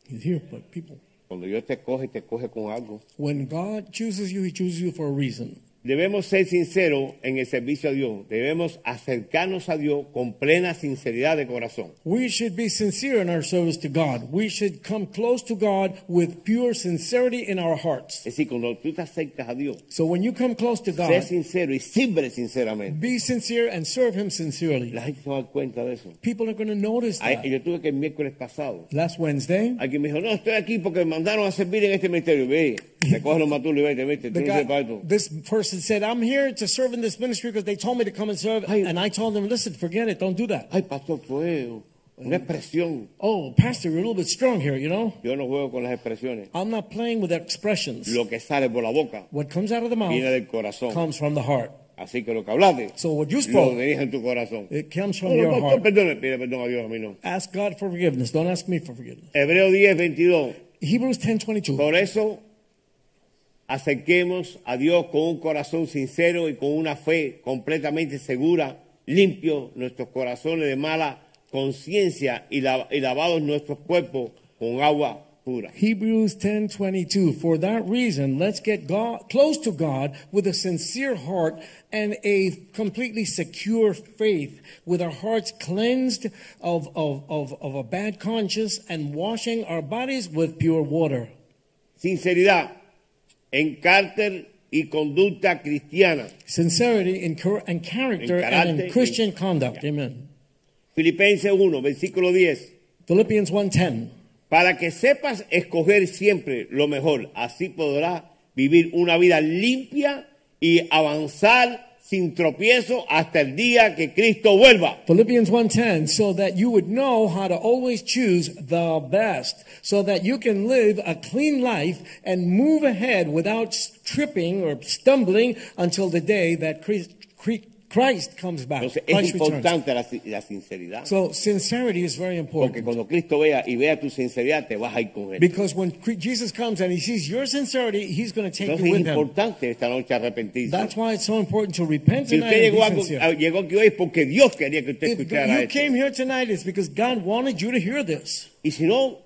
He's here, but people.
Cuando Dios te coge, te coge con algo.
When God chooses you, He chooses you for a reason.
Debemos ser sinceros en el servicio a Dios. Debemos acercarnos a Dios con plena sinceridad de corazón.
We should be sincere in our service to God. We should come close to God with pure sincerity in our hearts.
Es decir, cuando tú te acercas a Dios,
So when you come close to
sé
God,
sincero y sirve sinceramente.
Be sincere and serve him sincerely.
La gente se va a dar cuenta de eso.
People are going to notice
Ay,
that.
Yo tuve que el miércoles pasado.
Last Wednesday,
Alguien me dijo, no, estoy aquí porque me mandaron a servir en este ministerio. Ve, me cogen los matulos y vete, vete, tú
the
no
guy,
sepas esto.
this person said, I'm here to serve in this ministry because they told me to come and serve.
Ay.
And I told them, listen, forget it. Don't do that.
Ay, pastor, fue una expresión.
Oh, Pastor, you're a little bit strong here, you know?
Yo no juego con las expresiones.
I'm not playing with expressions.
Lo que sale por la boca
What comes out of the
viene
mouth
del corazón.
comes from the heart.
Así que lo que hablaste,
So what you
lo
spoke,
tenías en tu corazón.
it comes from
No, no,
your
pastor,
heart.
perdone, pide perdón a Dios, a mí no.
Ask God for forgiveness. Don't ask me for forgiveness.
Hebreo 10, 22.
Hebrews 10:22.
Por eso, acerquemos a Dios con un corazón sincero y con una fe completamente segura, limpio nuestros corazones de mala conciencia y, la- y lavados nuestros cuerpos con agua pura.
Hebrews 10:22 For that reason let's get God close to God with a sincere heart and a completely secure faith with our hearts cleansed of of of, of a bad conscience and washing our bodies with pure water
Sinceridad en carácter y conducta cristiana.
sincerity in cor- and character
En
and in
carácter,
Christian
en-
conduct amen
Filipenses 1, versículo 10.
Philippians 1:10
Para que sepas escoger siempre lo mejor, así podrás vivir una vida limpia y avanzar sin tropiezo hasta el día que Cristo vuelva.
Philippians 1:10 so that you would know how to always choose the best so that you can live a clean life and move ahead without tripping or stumbling until the day that Chris- Cre- Christ comes back.
Entonces es *laughs*
Christ returns.
importante la, si- la sinceridad.
So sincerity is very
Porque
important.
cuando Cristo vea y vea tu sinceridad, te vas a ir con él.
Because when Cre- Jesus comes and he sees your sincerity, he's going to take
Entonces
you
es
with him.
importante esta noche arrepentirse.
That's why it's so important to repent
Si usted
tonight and
llegó,
be
a- a-
sincere.
llegó aquí hoy es porque Dios quería que usted
If
escuchara
you
esto.
came here tonight, it's because God wanted you to hear this.
Y si no,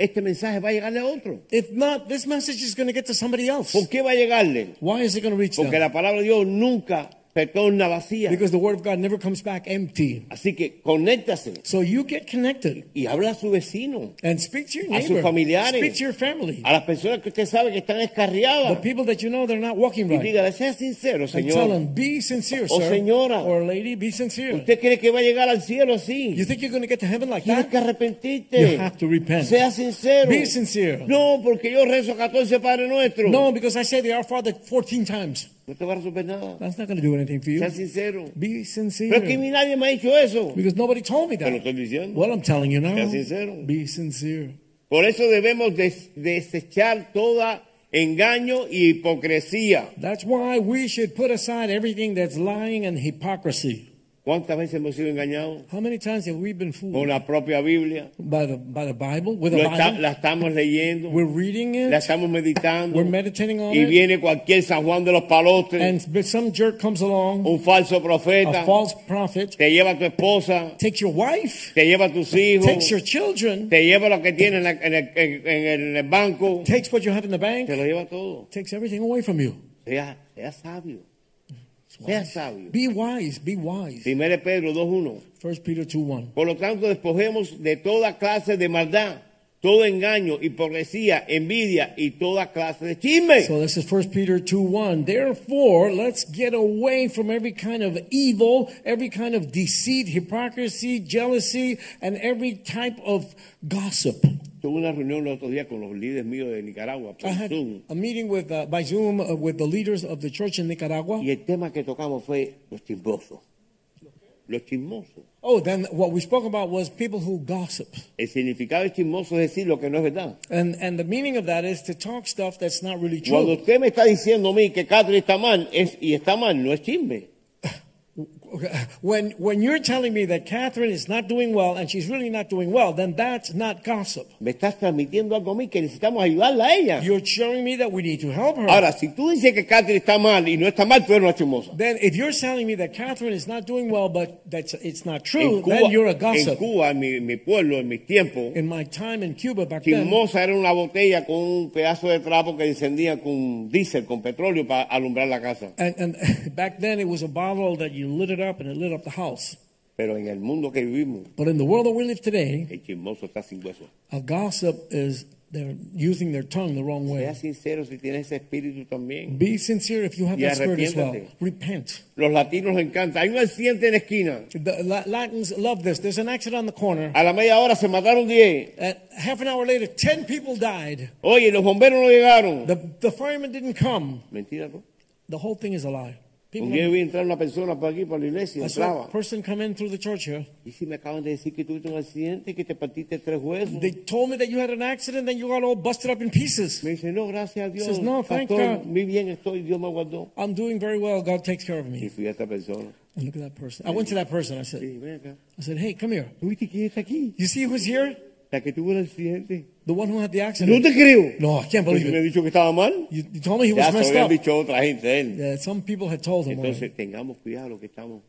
este mensaje va a llegarle a otro.
If not, this message is going to get to somebody else.
¿Por qué va a llegarle?
Why is it going to reach
Porque
them?
la palabra de Dios nunca retorna vacía.
Because the word of God never comes back empty.
Así que conéctase
So you get connected
y habla a su vecino,
and speak to your
A sus
neighbor.
familiares.
Speak to your family.
a las personas que usted sabe que están
The
descarriadas.
people that Ah. you Oh, know they're not walking
Y
right.
dígale, sea sincero,
And tell
Señor.
them, be sincere,
O
sir.
señora.
Or lady, be sincere.
¿Usted cree que va a llegar al cielo así?
You think you're going to get to heaven like
Tienes
that?
que arrepentirte.
You have to repent.
Sea sincero.
Be sincero.
No, porque yo rezo 14 Padre Nuestro.
No, because I say the Our Father 14 times.
No te va a resolver nada.
That's not going to do anything for
Sea
you.
sincero.
Be
Pero es que a
sincere.
mí nadie me ha dicho eso.
Because nobody told me
Te lo
that.
estoy diciendo.
Well, I'm telling you now.
Sea sincero.
Be sincere.
Por eso debemos des- desechar toda engaño y hipocresía.
That's why we should put aside everything that's lying and hypocrisy.
¿Cuántas veces hemos sido engañados
How many times have we been
con
fooled
la propia Biblia?
by the by the Bible? With the
Lo está-
Bible,
la estamos leyendo,
we're reading
la
it,
estamos meditando
we're meditating on
y
it,
viene cualquier San Juan de los Palotes,
and some jerk comes along,
un falso
a
profeta,
false prophet,
te lleva a tu esposa,
takes your wife,
te lleva a tus hijos,
takes your children,
te lleva lo que tienes en, la- en el, en- en el banco,
takes what you have in the bank,
te lo lleva todo.
takes everything away from you.
Sea, sea sabio, sea sabio.
Be wise, be wise.
Primero de Pedro 2.1.
First Peter 2 1.
Por lo tanto, despojemos de toda clase de maldad, todo engaño, hipocresía, envidia y toda clase de chisme.
So this is First Peter 2 1. Therefore, let's get away from every kind of evil, every kind of deceit, hypocrisy, jealousy, and every type of gossip.
Tuve una reunión el otro día con los líderes míos de Nicaragua
I
por
had
Zoom,
a meeting with uh, by Zoom uh, with the leaders of the church in Nicaragua.
y el tema que tocamos fue los chismosos. Los chismosos.
Oh, then what we spoke about was people who gossip.
El significado de chismoso es decir lo que no es verdad.
And and the meaning of that is to talk stuff that's not really true.
Cuando usted me está diciendo a mí que Catherine está mal es, y está mal, no es chisme.
when when you're telling me that Catherine is not doing well and she's really not doing well, then that's not gossip.
Me estás transmitiendo algo a mí que necesitamos ayudarla a ella.
You're showing me that we need to help her.
Ahora, si tú dices que Catherine está mal y no está mal, tú eres una chismosa.
then if you're telling me that Catherine is not doing well, but that's it's not
En
true,
Cuba,
then you're a
en,
gossip.
Cuba, en mi, mi pueblo, en mis tiempos,
In my time in Cuba back then,
chismosa era una botella con un pedazo de trapo que encendía con diésel, con petróleo para alumbrar la casa.
and, and *laughs* back then it was a bottle that you lit it up and it lit up the house.
Pero en el mundo que vivimos,
But in the world that we live today,
el chismoso está sin hueso.
a gossip is they're using their tongue the wrong
Sea
way.
sincero si tienes ese espíritu también.
Be sincere if you have
Y
that spirit as well.
arrepiéntate.
Repent.
Los latinos les encanta. Hay un accidente en la esquina.
The La- Latins love this. There's an accident on the corner.
A la media hora se mataron 10.
Uh, half an hour later, 10 people died.
Oye, los bomberos no llegaron.
The, the firemen didn't come.
Mentira, ¿no?
The whole thing is a lie.
Un
People
día vi entrar una persona por aquí, por la iglesia,
I saw a
entraba.
person come in through the church here.
Y si me acaban de decir que tuviste un accidente y que te partiste tres huesos.
They told me that you had an accident, then you got all busted up in pieces.
Me dice, no, gracias a Dios,
Says, "No, thank
pastor,
God."
muy bien estoy, Dios me guardó.
I'm doing very well. God takes care of
Y
me.
fui a esta persona.
And look at that person. I went to that person. I
Y
said,
dije, ven acá,
I said, hey, come here.
¿tú viste quién está aquí?
You see who's here?
La que tuvo el accidente.
The one who had the
No
accident.
te creo.
No, I can't
Pero
believe
si me ha
it.
dicho que estaba mal.
You, you told me he
Ya
was
se lo
messed
habían
up.
dicho otra gente a él.
Yeah, some people had told him. already.
Entonces tengamos cuidado lo que estamos.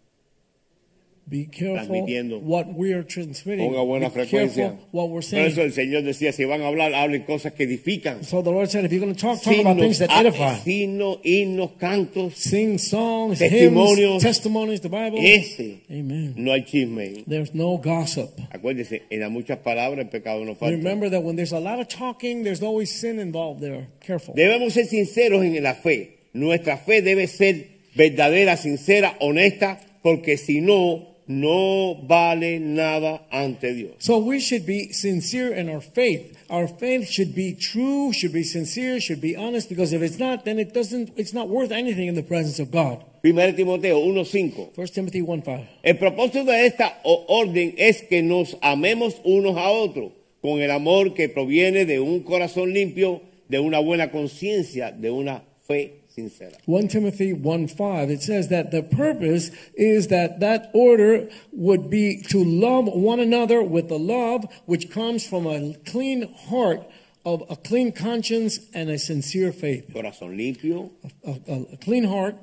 Be careful
transmitiendo.
what we are transmitting.
Ponga buena
Be
frecuencia.
careful what we're
Por
saying.
eso el Señor decía, si van a hablar, hablen cosas que edifican.
So the Lord said, if you're going to talk, talk about things
Signos,
that
ah,
edify.
signos, himnos, cantos.
Sing songs,
Testimonios.
hymns, testimonies, the Bible.
Ese.
Amen.
No hay chisme.
There's no gossip.
Acuérdese, en las muchas palabras el pecado no falta.
Remember that when there's a lot of talking, there's always sin involved there. Careful.
Debemos ser sinceros en la fe. Nuestra fe debe ser verdadera, sincera, honesta, porque si no, no vale nada ante Dios.
So we should be sincere in our faith. Our faith should be true, should be sincere, should be honest, because if it's not, then it doesn't, it's not worth anything in the presence of God.
1 Timoteo 1.5.
1 Timothy 1 5.
El propósito de esta o- orden es que nos amemos unos a otros con el amor que proviene de un corazón limpio, de una buena conciencia, de una fe sincera.
1 Timothy 1 5, it says that the purpose is that that order would be to love one another with the love which comes from a clean heart, of a clean conscience, and a sincere faith.
Corazón limpio,
A, a- a clean heart,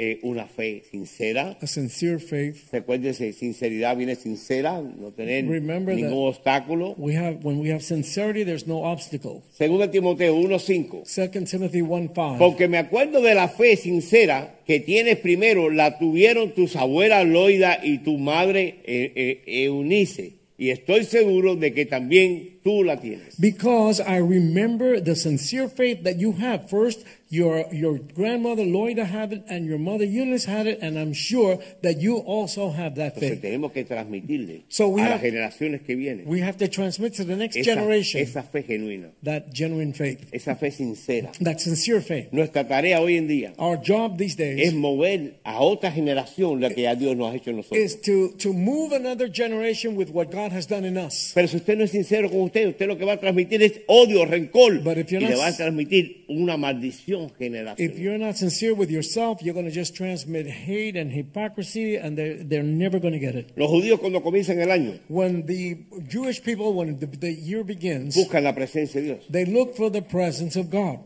eh, una fe sincera.
a sincere faith.
Recuérdese, sinceridad viene sincera, no tener
Remember
ningún
that-
obstáculo.
We have, when we have sincerity, there's no obstacle.
Segunda Timoteo 1.5.
2 Timothy 1 5.
Porque me acuerdo de la fe sincera que tienes primero, la tuvieron tus abuelas Loida y tu madre eh, eh, Eunice. Y estoy seguro de que también tú la tienes.
Because I remember the sincere faith that you have. First, your, your grandmother Loida had it, and your mother Eunice had it, and I'm sure that you also have that
Entonces
faith.
tenemos que transmitirle
So we
a
have-
las generaciones que vienen
We have to transmit to the next
esa,
generation
esa fe genuina,
that genuine faith,
esa fe sincera.
that sincere faith.
Nuestra tarea hoy en día
Our job these
es
days
mover a otra generación la que ya Dios nos ha hecho nosotros.
is to, to move another generation with what God has done in us.
Pero si usted no es sincero con usted, usted lo que va a transmitir es odio, rencor.
But if
Y
you're
le
not-
va a transmitir una maldición
If
generacional.
you're not sincere with yourself, you're going to just transmit hate and hypocrisy, and they're, they're never going to get it.
Los judíos cuando comienzan el año
When the Jewish people, when the, the year begins,
buscan la presencia de Dios.
They look for the presence of God.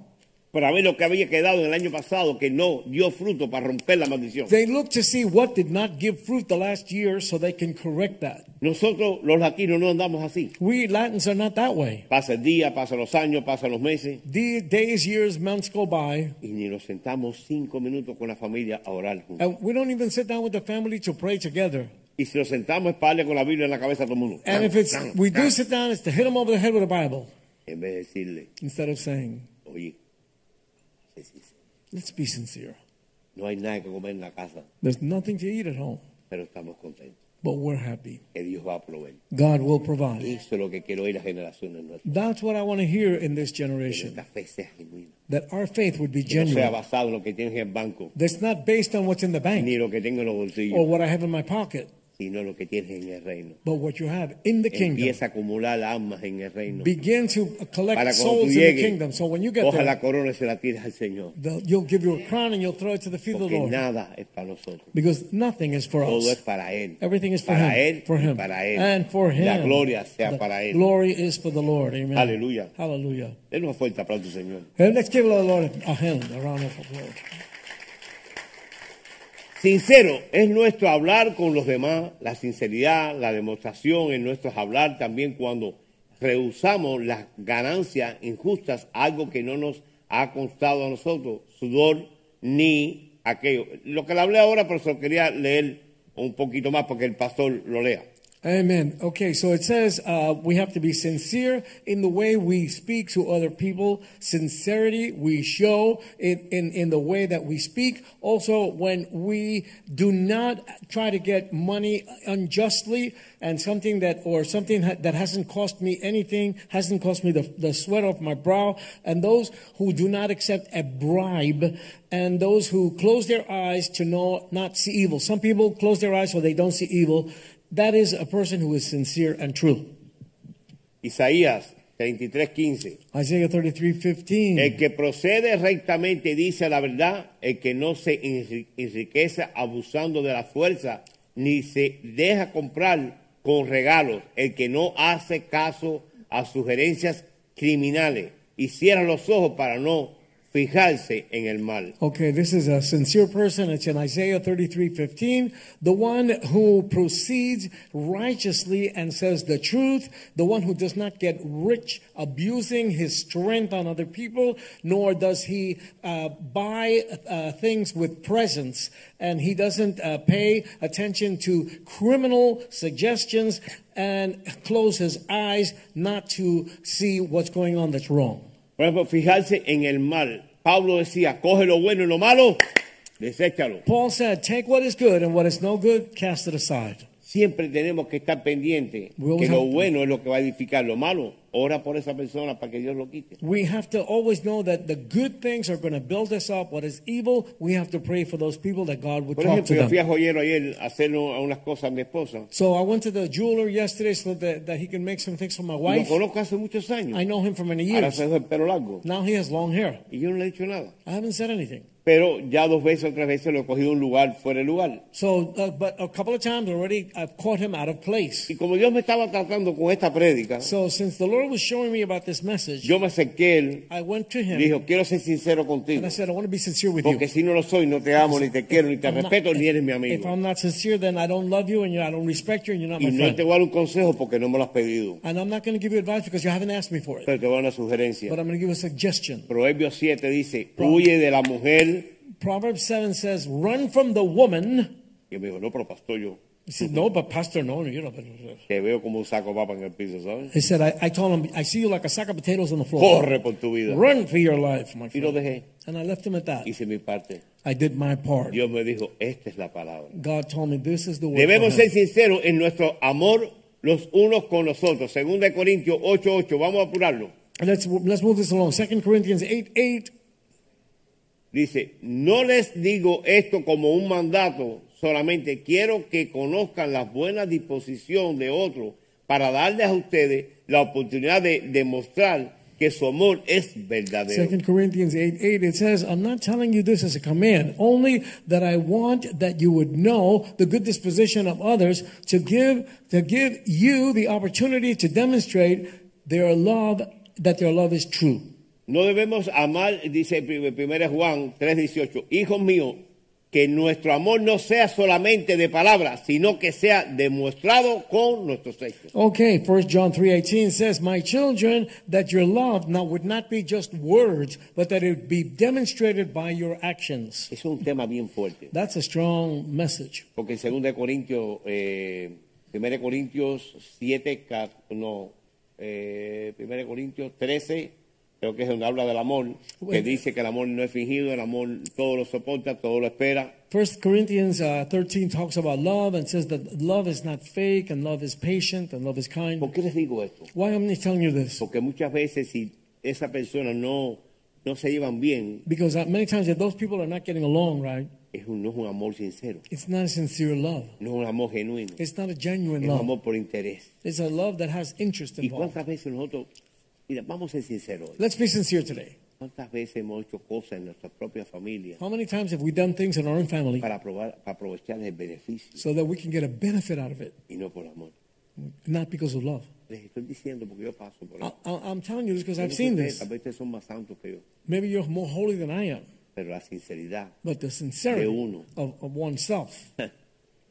Para ver lo que había quedado en el año pasado que no dio fruto para romper la maldición.
They look to see what did not give fruit the last year so they can correct that.
Nosotros los latinos no andamos así.
We Latins are not that way.
Pasa el día, pasan los años, pasan los meses
The days, years, months go by,
y ni nos sentamos cinco minutos con la familia a orar juntos.
and we don't even sit down with the family to pray together.
Y si nos sentamos es para darle con la Biblia en la cabeza a todo el mundo.
And if it's we do sit down, it's to hit them over the head with a Bible
En vez de decirle,
instead of saying,
oye, sé sincero.
"Let's be sincere.
no hay nada que comer en la casa,
There's nothing to eat at home,
pero estamos contentos.
but we're happy.
que Dios va a proveer.
God will provide."
Eso es lo que quiero oír las generaciones nuestras.
That's what I want to hear in this
Que
generation:
esta fe sea genuina.
that our faith would be
Que no sea
genuine.
basado en lo que tienes en el banco,
That's not based on what's in the bank.
ni lo que tengo en los
or
bolsillos,
what I have in my pocket,
sino lo que tienes en el reino.
but what you have in the kingdom.
Empieza a acumular almas en el reino.
Begin to
Para
collect
cuando tú
souls in the
llegues,
kingdom. So when you get
coja la
there,
corona y se la tires al Señor.
the- you'll give your crown and you'll throw it to the feet of the
Porque
Lord.
nada es para nosotros.
Because nothing is for
Todo es
us.
para Él.
Everything is for
para
him.
Él,
For
y
him.
para Él.
And for him.
La gloria sea
The
para Él.
Glory is for the Lord. Amen.
Aleluya.
Hallelujah.
Denos un fuerte aplauso, Señor.
And let's give the Lord a hand, a round of applause.
Sincero es nuestro hablar con los demás, la sinceridad, la demostración en nuestros hablar también cuando rehusamos las ganancias injustas, algo que no nos ha costado a nosotros sudor ni aquello. Lo que le hablé ahora, pero se lo quería leer un poquito más porque el pastor lo lea.
Amen. Okay, so it says uh, we have to be sincere in the way we speak to other people. Sincerity we show in, in, in the way that we speak. Also, when we do not try to get money unjustly and something that, or something ha- that hasn't cost me anything, hasn't cost me the, the sweat off my brow, and those who do not accept a bribe, and those who close their eyes to know, not see evil. Some people close their eyes so they don't see evil. That is a person who is sincere and true.
Isaías 33:15.
Isaiah 33 15.
El que procede rectamente y dice la verdad, el que no se enri- enriquece abusando de la fuerza, ni se deja comprar con regalos, el que no hace caso a sugerencias criminales y cierra los ojos para no fijarse en el mal.
Okay, this is a sincere person. It's in Isaiah 33 15. The one who proceeds righteously and says the truth, the one who does not get rich abusing his strength on other people, nor does he uh, buy uh, things with presents, and he doesn't uh, pay attention to criminal suggestions and close his eyes not to see what's going on that's wrong.
Por ejemplo, fijarse en el mal. Pablo decía, coge lo bueno y lo malo, deséchalo.
Paul said, Take what is good and what is no good, cast it aside.
Siempre tenemos que estar pendientes
We always
que lo
have to-
bueno es lo que va a edificar, lo malo. Ora por esa persona para que Dios lo quite.
We have to always know that the good things are going to build us up. What is evil, we have to pray for those people that God would
Por
talk
ejemplo,
to
yo fui
them.
a joyero ayer a hacer un- a unas cosas a mi esposa.
So I went to the jeweler yesterday so that, that he can make some things for my
Lo
wife.
conozco hace muchos años.
I know him for many
Ahora
years.
se dejó el pelo largo.
Now he has long hair.
Y yo no le he dicho nada.
I haven't said anything.
Pero ya dos veces o tres veces lo he cogido a un lugar fuera de lugar.
So, uh, but a couple of times already, I've caught him out of place.
Y como Dios me estaba tratando con esta prédica,
So, since the Lord was showing me about this message,
yo me acerqué a él.
I went to
Le
him
dije, quiero ser sincero
and
contigo.
I said, I want to be sincere with you.
Porque si no lo soy, no te amo, ni te quiero, ni te
I'm not-
respeto, ni eres mi
if
amigo.
I'm not sincere, then I don't love you and you, I don't respect you and you're not
Y
my
no
friend.
te voy a dar un consejo porque no me lo has pedido.
And I'm not going to give you advice because you haven't asked me for it.
Pero te voy a dar una
But
sugerencia.
I'm going to give a suggestion.
Proverbios 7 dice, huye de la mujer.
Proverbs 7 says, Run from the woman.
Y me dijo, no, pero pastor, yo
He said, No, but Pastor, no, you know. But.
te veo como un saco de papa en el piso, ¿sabes?
He said, I, I told him, I see you like a sack of potatoes on the floor.
Corre por tu vida.
Run for your life, my
Y lo
friend.
dejé.
And I left him at that.
Hice mi parte.
I did my part.
Dios me dijo, esta es la palabra.
God told me this is the word. for
Debemos ser
him.
sinceros en nuestro amor los unos con los otros. Segunda de Corintios 8.8. Vamos a apurarlo.
Let's let's move this along. Second Corinthians eight eight.
Dice, no les digo esto como un mandato, solamente quiero que conozcan la buena disposición de otros para darles a ustedes la oportunidad de demostrar que su amor es verdadero.
Second Corinthians eight eight. It says, "I'm not telling you this as a command, only that I want that you would know the good disposition of others to give to give you the opportunity to demonstrate their love that their love is true."
No debemos amar, dice 1 Juan 3:18, hijos míos, que nuestro amor no sea solamente de palabras, sino que sea demostrado con nuestros hechos.
Okay, First John 3:18 says, "My children, that your love now would not be just words, but that it be demonstrated by your actions."
Eso es un tema bien fuerte,
That's a strong message.
porque en 2 Corintios, eh, 1 Corintios 7, ca- no, eh, 1 Corintios 13, creo que es donde habla del amor, que
Bueno.
dice que el amor no es fingido, el amor todo lo soporta, todo lo espera.
First Corinthians uh, 13 talks about love and says that love is not fake and love is patient and love is
¿Por
kind.
qué les digo esto?
Why am I telling you this?
Porque muchas veces si esa persona no, no se llevan bien,
Because uh, many times if those people are not getting along, right,
es un, no es un amor sincero,
it's not a sincere love.
no es un amor genuino, es
It's not a genuine
un
love.
amor por interés.
It's a love that has interest
¿Y
involved.
cuántas veces nosotros, mira, vamos a ser sinceros hoy,
Let's be sincere today.
cuántas veces hemos hecho cosas en nuestra propia familia
How many times have we done things in our own family
para, probar, para aprovechar el beneficio
so that we can get a benefit out of it,
y no por amor?
not because of love?
Les estoy diciendo porque yo paso por
I,
eso.
I, I'm telling you this because
Yo no
I've
sé
seen
ustedes,
this.
Tal vez ustedes son más santos que yo,
Maybe you're more holy than I am,
pero la sinceridad, *laughs*
but the sincerity
uno.
of, of oneself,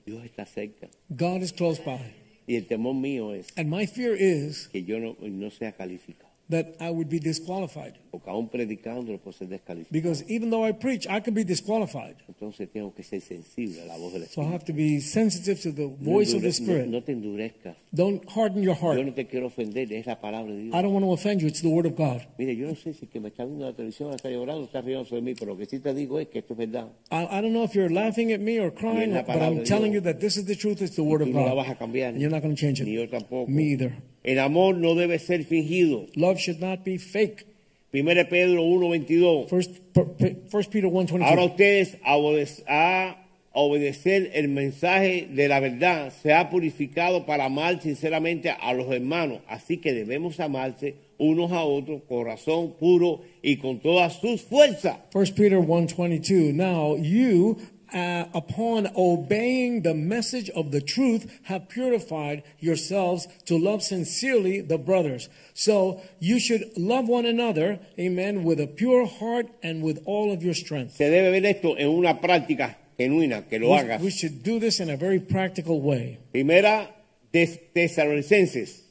Dios está cerca.
God is close by.
Y el temor mío es
And my fear is
que yo no, no sea calificado,
that I would be disqualified.
porque aún predicando puedo ser descalificado.
Because even though I preach, I can be disqualified.
Entonces tengo que ser sensible a la voz del
So I
Espíritu.
have to be sensitive to the
No
voice of the
endure-
Spirit.
no- no te endurezcas.
Don't harden your
Yo
heart.
no te quiero ofender, es la palabra de Dios.
I don't want to offend you. It's the Word of God.
Mire, yo no sé si el que me está viendo la televisión está llorando, está riendo de mí, pero lo que sí te digo es que esto es verdad.
I, I don't know if you're laughing at me or crying,
Y es la
but
palabra
I'm
de
telling
Dios.
you that this is the truth. It's the Word
Tú
of
no la vas a
God.
cambiar.
You're not going to change it.
Ni yo tampoco.
Me either.
El amor no debe ser fingido.
Love should not be fake.
1 Pedro 1.22.
First, P- P- First Peter 1.22.
Ahora ustedes a obede- a obedecer el mensaje de la verdad se ha purificado para amar sinceramente a los hermanos. Así que debemos amarse unos a otros con razón puro y con todas sus fuerzas.
First Peter 1:22 Now you uh, upon obeying the message of the truth have purified yourselves to love sincerely the brothers so you should love one another amen with a pure heart and with all of your strength
Se debe ver esto en una práctica genuina, que lo
we,
hagas.
we should do this in a very practical way
Primera de Tesalonicenses.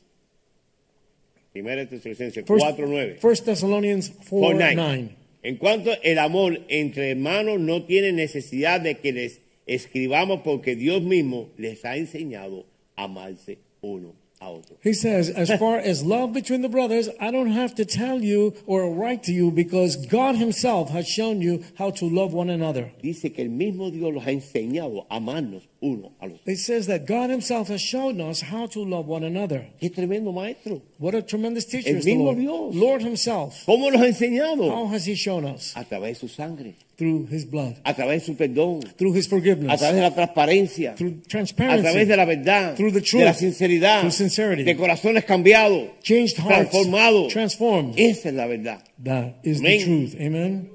Primera de Tesalonicenses
First,
4.9.
First Thessalonians 4
Por nine.
9
En cuanto el amor entre hermanos no tiene necesidad de que les escribamos porque Dios mismo les ha enseñado a amarse uno a otro.
He says, as far as love between the brothers, I don't have to tell you or write to you because God Himself has shown you how to love one another.
Dice que el mismo Dios los ha enseñado a amarnos uno al otro.
It says that God Himself has shown us how to love one another.
Qué tremendo maestro.
What a tremendous teacher
El
is the
mismo
Lord.
Dios.
Lord Himself.
¿Cómo nos ha
How
enseñado?
has He shown us?
A través de su sangre,
Through His blood,
a través de su perdón,
through His
a
forgiveness,
través de la transparencia,
through
a través de
transparency,
la verdad,
Through the truth.
de la sinceridad,
Through sincerity.
de corazones cambiados,
changed hearts,
transformados.
transformed.
Esa es la verdad.
That is the
Amén.
truth. Amen.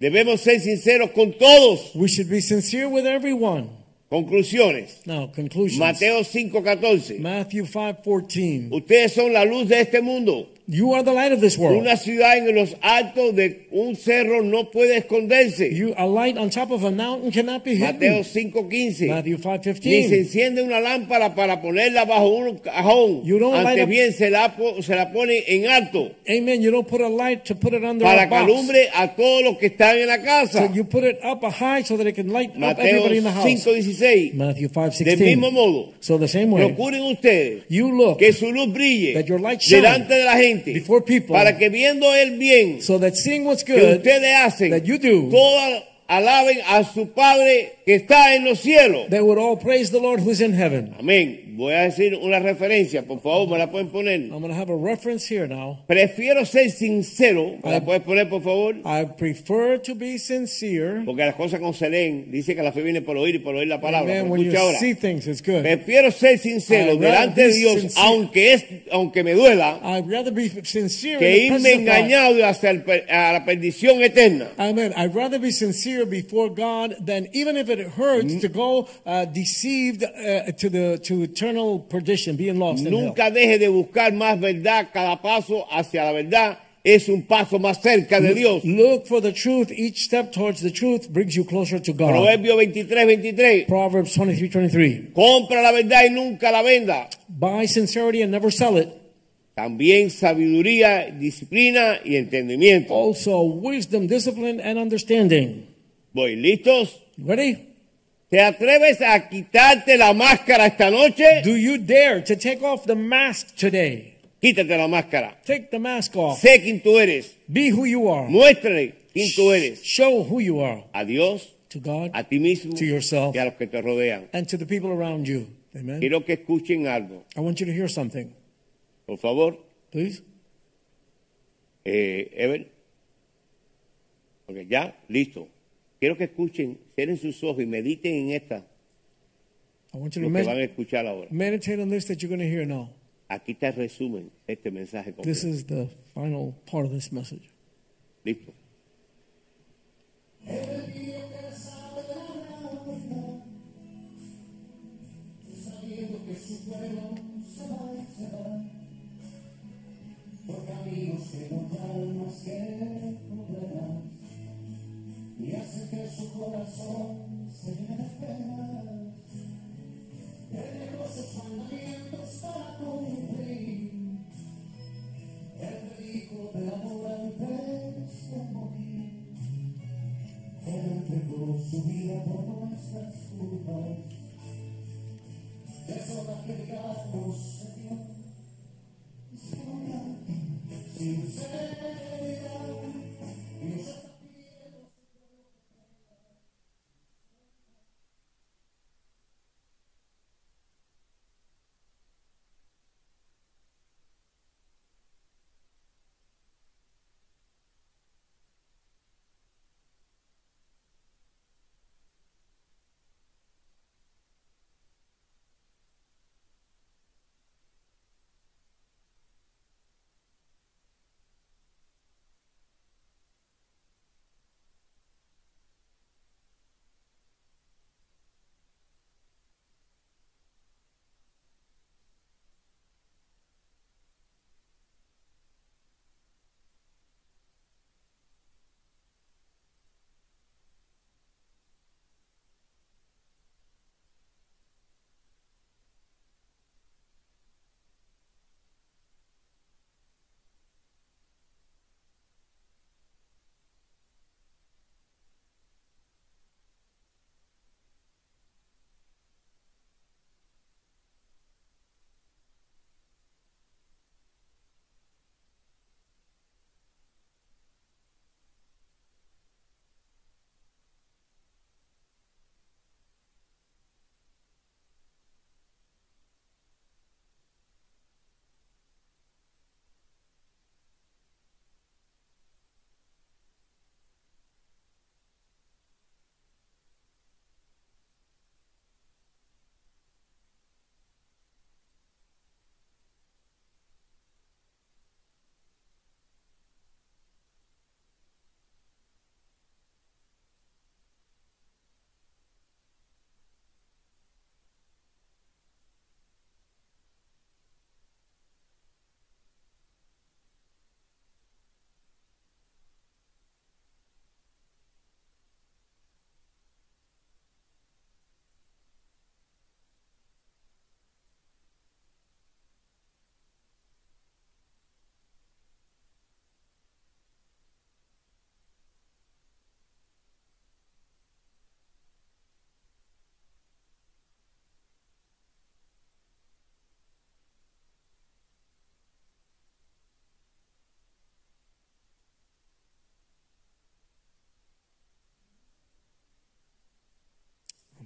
Debemos ser sinceros con todos.
We should be sincere with everyone.
Conclusiones.
Now, conclusions.
Mateo 5:14.
Matthew 5:14.
Ustedes son la luz de este mundo.
You are the light of this world.
Una ciudad en los altos de un cerro no puede esconderse.
You a light on top of a mountain cannot be
Mateo
hidden.
5:15.
Matthew
Ni se
5:15.
enciende una lámpara para ponerla bajo un cajón.
You don't light
Antes
up-
bien se la, po- se la pone en alto
Amen. You don't put a light to put it under
para
a
que
box.
alumbre a todos los que están en la
So
casa.
you put it up a high so that it can light up
Mateo
everybody in the house.
5:16.
Matthew
Del mismo
5:16.
modo,
So the same way,
procuren ustedes
you look
que su luz brille
That your light shine
delante de la gente
before people.
para que viendo el bien
so that seeing what's
que
good,
ustedes hacen
that you do.
todos alaben a su Padre que está en los cielos
they would all praise the Lord who's in heaven.
amén voy a decir una referencia por favor me la pueden poner
I'm going to have a reference here now.
prefiero ser sincero me la
Ah.
puedes poner por favor
I prefer to be sincere.
porque las cosas como se leen dice que la fe viene por oír y por oír la palabra
Amen. When you
escucha ahora
see things, it's good.
prefiero ser sincero
I'd rather
delante de
be
Dios
sincere.
aunque es aunque me duela
I'd rather be sincere
que
in the
irme
presence of God.
engañado hacia el per- a la perdición eterna.
Amen. I'd rather be sincere before God than even if it hurts to go uh, deceived uh, to the to eternal perdition, being lost in hell.
Nunca deje de buscar más verdad. Cada paso hacia la verdad es un paso más cerca de Dios.
Look for the truth. Each step towards the truth brings you closer to God.
Proverbio 23, 23.
Proverbs 23, 23.
Compra la verdad y nunca la venda.
Buy sincerity and never sell it.
También sabiduría, disciplina y entendimiento.
Also, wisdom, discipline, and understanding.
Voy, ¿listos?
Ready?
¿Te atreves a quitarte la máscara esta noche?
Do you dare to take off the mask today?
Quítate la máscara.
Take the mask off.
Sé quién tú eres.
Be who you are.
Muéstrale quién tú eres.
Show who you are
A Dios,
to God
a ti mismo
To yourself.
y a los que te rodean.
and to the people around you. Amen.
Quiero que escuchen algo,
I want you to hear something,
por favor.
please.
Eh, Ever. Porque ya, listo. Quiero que escuchen, cierren sus ojos y mediten en esta,
I want you
lo
to
que
med-
van a escuchar ahora.
meditate on this that you're going to hear now.
Aquí está el resumen de este mensaje. completo.
This is the final part of this message.
Listo.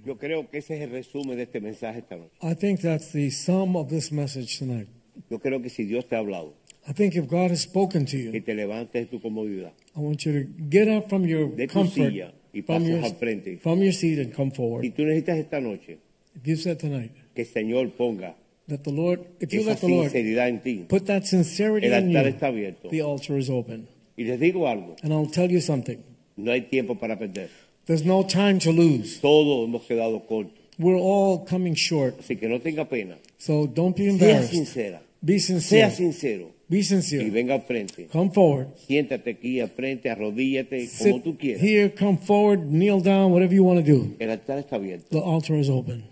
Yo creo que ese es el resumen de este mensaje esta noche.
I think that's the sum of this message tonight.
Yo creo que si Dios te ha hablado,
I think if God has spoken to you,
que te levantes de tu comodidad,
I want you to get up from your
De tu
comfort,
silla y
from
pasos
your,
al frente.
from your seat and come forward.
y tú necesitas esta noche
If you said tonight
que el Señor ponga
that the Lord, if you
esa
let the Lord
sinceridad en ti.
put that sincerity
El
in
altar
you,
está abierto.
the altar is open.
Y les digo algo,
And I'll tell you something.
no hay tiempo para perder.
There's no time to lose.
Todos hemos quedado cortos.
We're all coming short.
Así que no tenga pena.
So don't be
Sea
embarrassed.
sincera.
Be
Sea
sincere.
sincero.
Be
Y
sincere.
venga al frente.
Come forward.
Siéntate aquí al frente, arrodíllate, como
Sit
tú quieras.
here, come forward, kneel down, whatever you want to do.
El altar está abierto.
The altar is open.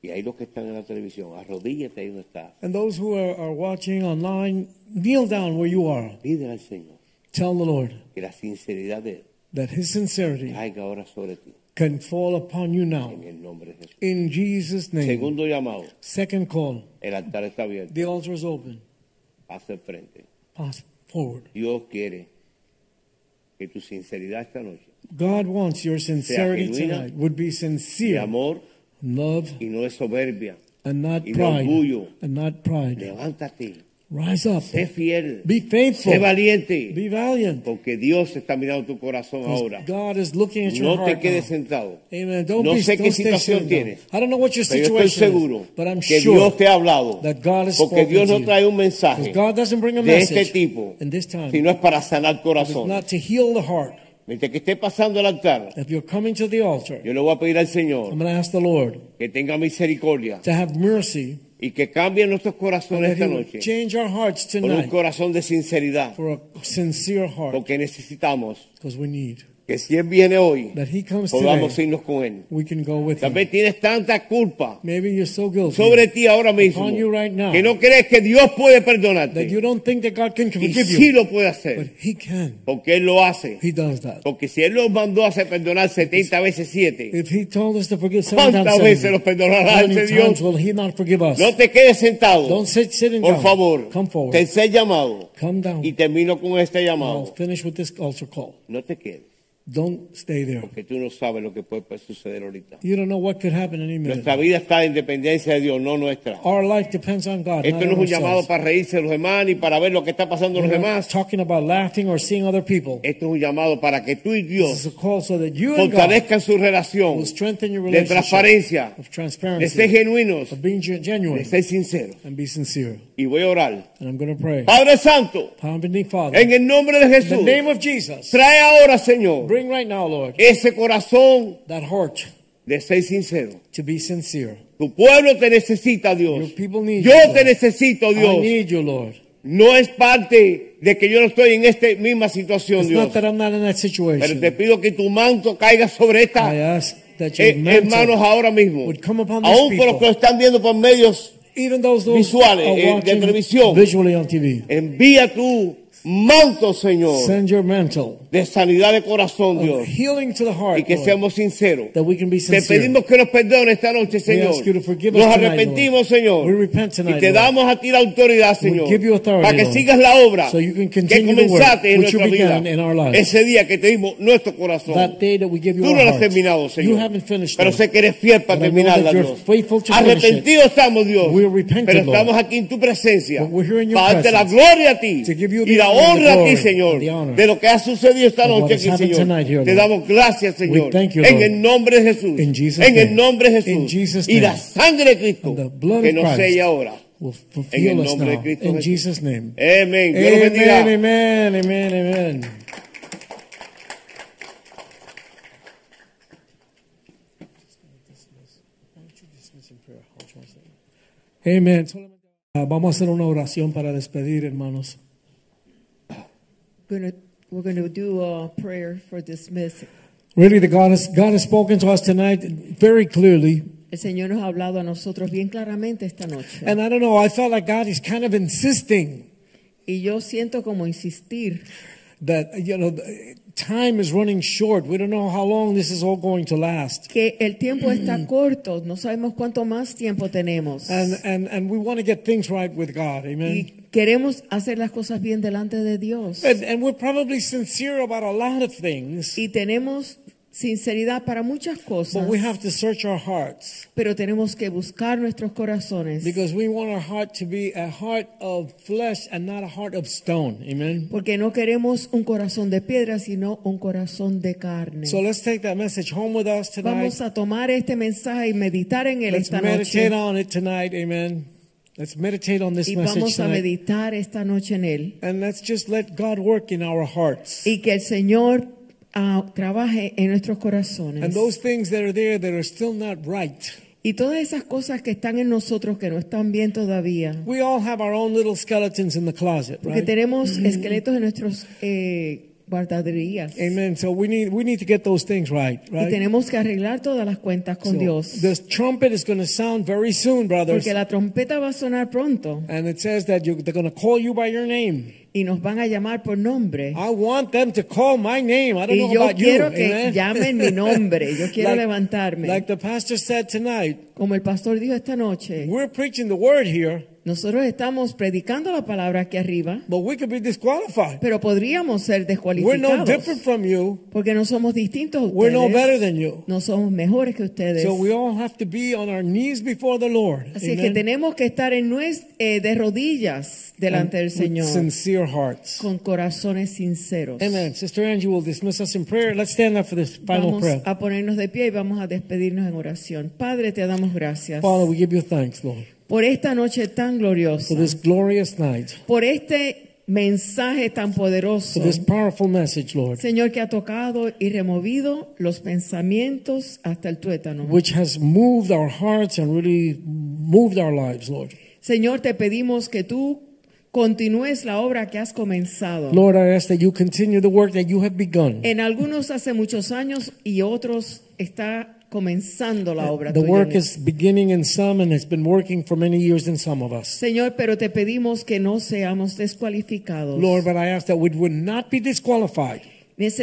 Y ahí los que están en la televisión, arrodíllate ahí donde está.
And those who are, are watching online, kneel down where you are.
Pide al Señor
Tell the Lord
que la sinceridad de Él
that His sincerity
caiga ahora sobre ti,
can fall upon you now.
en el nombre de Jesús.
In Jesus' name.
Segundo llamado,
Second call.
el altar está abierto.
The altar is open.
Haz el frente.
Pass forward.
Dios quiere que tu sinceridad esta noche,
God wants your sincerity
genuina,
tonight would be
de
sincere.
amor
Love
y no de soberbia.
and not
Y de
pride.
orgullo.
And not pride.
Levántate,
Rise up.
sé fiel,
Be
sé
faithful.
valiente,
Be valiant.
porque Dios está mirando tu corazón ahora.
God is looking at your
No te
heart
quedes
now.
sentado.
Amen. Don't
No
be,
sé qué
don't stay
situación
sitting
tienes,
down. I don't know what your
Pero yo estoy
situation
seguro
is, but I'm
que
sure
Dios te ha hablado.
that God has
Porque
spoken
Dios
to
no
you.
trae un mensaje
Because God doesn't bring a
de este
message
tipo,
in this time.
sino es para sanar
It's
corazón.
not to heal the heart.
Mientras que esté pasando el altar,
If you're coming to the altar,
yo le voy a pedir al
I'm
Señor
going to ask the Lord
que tenga misericordia
to have mercy
y que cambie nuestros
and
corazones
that
esta
He would
noche
change our hearts
por un
tonight
corazón de sinceridad,
for a sincere heart
porque necesitamos
because we need
que si Él viene hoy,
that He comes
podamos
today.
irnos con Él.
We can go with
Tal vez
Him.
tienes tanta culpa
Maybe you're so guilty
sobre ti ahora mismo
Upon you right now.
que no crees que Dios puede
that you
perdonarte.
don't think that God can
Y
forgive
sí
you,
lo puede
but
hacer,
He can.
porque Él lo hace.
He does that.
Porque si Él los mandó a hacer perdonar 70 veces 7,
If he told us
*laughs*
to forgive someone
¿cuántas veces los perdonará
how many
ese
times
Dios?
will he not forgive us?
No te quedes sentado.
Don't sit sitting
Por
down.
favor,
Come forward.
tercer llamado.
Come down.
Y termino con este
I'll
llamado.
finish with this altar call.
No te quedes,
Don't stay there.
porque tú no sabes lo que puede suceder ahorita.
You don't know what could happen any minute.
Nuestra vida está en dependencia de Dios, no nuestra.
Our life depends on Oh, God.
Esto
not
no es
on
un llamado
ourselves.
para reírse de los demás ni para ver lo que está pasando a los
We're not
demás.
talking about laughing or seeing other people.
Esto es un llamado para que tú y
This is
Dios
a call so that you and God
fortalezcan su relación
will strengthen your
de
relationship
transparencia,
of
de ser
transparency,
genuinos,
of being gen-
de
genuine,
ser sinceros.
and be sincere.
Y voy a orar.
And I'm going to pray.
Padre Santo,
Heavenly Father,
en
in
el nombre de
the
Jesús,
name of Jesus,
trae ahora, Señor,
bring right now, Lord,
ese corazón
that heart
de ser sincero.
to be sincere.
Tu pueblo te necesita, Dios.
Your people need you,
Yo te
Lord.
necesito,
I
Dios.
need you, Lord.
No es parte de que yo no estoy en esta misma situación,
It's
Dios.
not that I'm not in that
Pero te
situation.
pido que tu manto caiga sobre esta
I ask that your
Eh, hermanos
mantle,
ahora mismo,
would come upon these
aún por los que
people.
lo están viendo por medios,
even those those who
visuales, eh, de
are watching
televisión. Eh,
visually on TV,
envía tu manto, Señor,
send your mantle
de sanidad de corazón,
of
Dios,
healing to the heart,
y que
Lord,
seamos sinceros.
that we can be
Te
sincere.
pedimos que nos perdone esta noche, Señor.
ask you to forgive us
Nos
tonight,
arrepentimos,
Lord.
Señor.
We repent
y
tonight,
te
Lord.
damos a ti la autoridad, Señor.
give you authority,
para que
Lord.
sigas la obra
So you can
que
continue the work
comenzaste en
which you
nuestra vida.
began in our lives.
Ese día que te dimos nuestro corazón.
that day that we give you
Tú
our
no lo has
heart.
terminado, Señor.
You haven't finished
pero
Lord.
sé que eres fiel para
But I know that
terminarla,
you're
Dios.
faithful to finish
Arrepentidos estamos, Dios.
We're repentant,
pero
Lord.
estamos aquí en tu presencia.
But we're here in your
Para darte la
presence.
gloria a ti.
To give you
Y
the
la
honor and the
honra a ti,
glory
Señor.
and the honor.
De lo que ha sucedido esta
Of what
noche
has
aquí,
happened
Señor.
tonight here,
Te
Lord.
damos gracias, Señor.
thank you,
En
Lord.
el nombre de Jesús.
In Jesus'
En el
name.
nombre de
In
Jesús.
Jesus'
Y la
name.
sangre de Cristo.
And the blood
Que
of
nos
Christ.
selle ahora.
will
En
fulfill
el
us
nombre de
now
Cristo
in
Jesús.
Jesus' name.
Amén. Dios los bendiga.
Amen, amen, amen, amen. Amen. Solamente, ah, Vamos a hacer una oración para despedir, hermanos.
gonna we're gonna do a prayer for dismiss.
Really, the God has, God has spoken to us tonight very clearly.
El Señor nos ha hablado a nosotros bien claramente esta noche.
And I don't know, I felt like God is kind of insisting
Y yo siento como insistir
that, you know, time is running short. We don't know how long this is all going to last.
que el tiempo
*clears throat*
está corto, no sabemos cuánto más tiempo tenemos.
And, and, and we want to get things right with God. Amen.
Y queremos hacer las cosas bien delante de Dios.
And, and we're probably sincere about a lot of things,
Y tenemos sinceridad para muchas
But
cosas,
we have to search our hearts
pero tenemos que buscar nuestros corazones.
because we want our heart to be a heart of flesh and not a heart of stone. Amen.
Porque no queremos un corazón de piedra, sino un corazón de carne.
So let's take that message home with us tonight.
Vamos a tomar este mensaje y meditar en él
Let's
esta
meditate
noche.
on it tonight. Amen. Let's meditate on this
Y
message
vamos a
tonight.
meditar esta noche en él.
And let's just let God work in our hearts.
Y que el Señor ah, trabaje en nuestros corazones.
And those things that are there that are still not right.
Y todas esas cosas que están en nosotros que no están bien todavía.
We all have our own little skeletons in the closet,
Porque
right? Mm.
tenemos esqueletos en nuestros eh, guardaderías.
Amen. So we need we need to get those things right,
Y
right?
tenemos que arreglar todas las cuentas con
So
Dios.
the trumpet is going to sound very soon, brothers.
Porque la trompeta va a sonar pronto
And it says that you, they're going to call you by your name.
y nos van a llamar por nombre.
I want them to call my name. I don't
Y
know
yo
about you.
quiero que
Amen.
llamen mi nombre.
*laughs*
Yo quiero
Like-
levantarme.
Like the pastor said tonight,
Como el pastor dijo esta noche,
we're preaching the word here,
nosotros estamos predicando la palabra aquí arriba,
but we could be disqualified.
pero podríamos ser
We're no different
descualificados
from you.
porque no somos distintos a
We're no better
ustedes.
than you.
No somos mejores que ustedes.
So we all have to be on our knees before the Lord.
Así es que
Amen.
tenemos que estar en nues- eh, de rodillas delante del
With
Señor
sincere hearts.
con corazones sinceros.
Amen. Sister Angie will dismiss us in prayer. Let's stand up for this final
Vamos
prayer.
a ponernos de pie y vamos a despedirnos en oración. Padre, te damos gracias
Father, we give you thanks, Lord,
por esta noche tan gloriosa,
for this glorious night,
por este mensaje tan poderoso.
for this powerful message, Lord,
Señor, que ha tocado y removido los pensamientos hasta el tuétano.
which has moved our hearts and really moved our lives, Lord.
Señor, te pedimos que tú continúes la obra que has comenzado.
Lord, I ask that you continue the work that you have begun,
En algunos hace muchos años y otros está comenzando la obra.
The
tuya
work
en ellos.
is beginning in some and it's been working for many years in some of us.
Señor, pero te pedimos que no seamos descualificados.
Lord, but I ask that we would not be disqualified.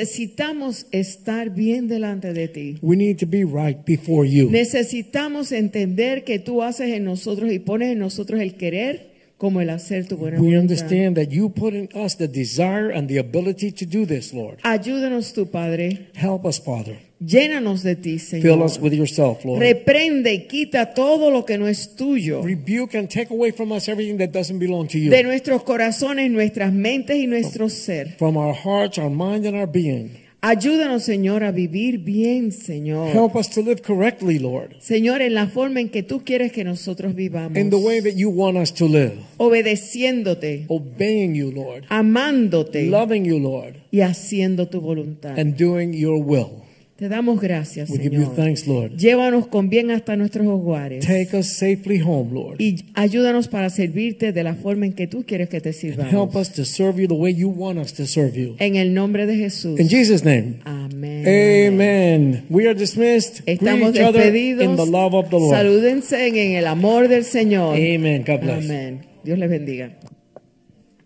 Necesitamos estar bien delante de ti.
We need to be right before you.
Necesitamos entender que tú haces en nosotros y pones en nosotros el querer como el hacer tu buena
We
voluntad.
understand that you put in us the desire and the ability to do this, Lord.
Ayúdanos tu Padre,
Help us, Father.
llénanos de ti, Señor.
Fill us with yourself, Lord.
Reprende y quita todo lo que no es tuyo.
Rebuke and take away from us everything that doesn't belong to
de
you.
nuestros corazones, nuestras mentes y nuestro ser.
From our hearts, our mind, and our being.
Ayúdanos, Señor, a vivir bien, Señor.
Help us to live correctly, Lord,
Señor, en la forma en que tú quieres que nosotros vivamos.
in the way that you want us to live.
Obedeciéndote,
Obeying you, Lord.
amándote
Loving you, Lord.
y haciendo tu voluntad.
And doing your will.
Te damos gracias,
We give you
Señor.
thanks, Lord.
Llévanos con bien hasta nuestros hogares.
Take us safely home, Lord.
Y ayúdanos para servirte de la forma en que tú quieres que te
Help
sirvamos.
us to serve you the way you want us to serve you.
En el nombre de Jesús.
In Jesus' name.
Amén.
Amen. We are dismissed. Greet
Estamos
each other
despedidos.
in the love of the Lord.
Salúdense en, en el amor del Señor.
Amen. God bless.
Amén. Dios les bendiga.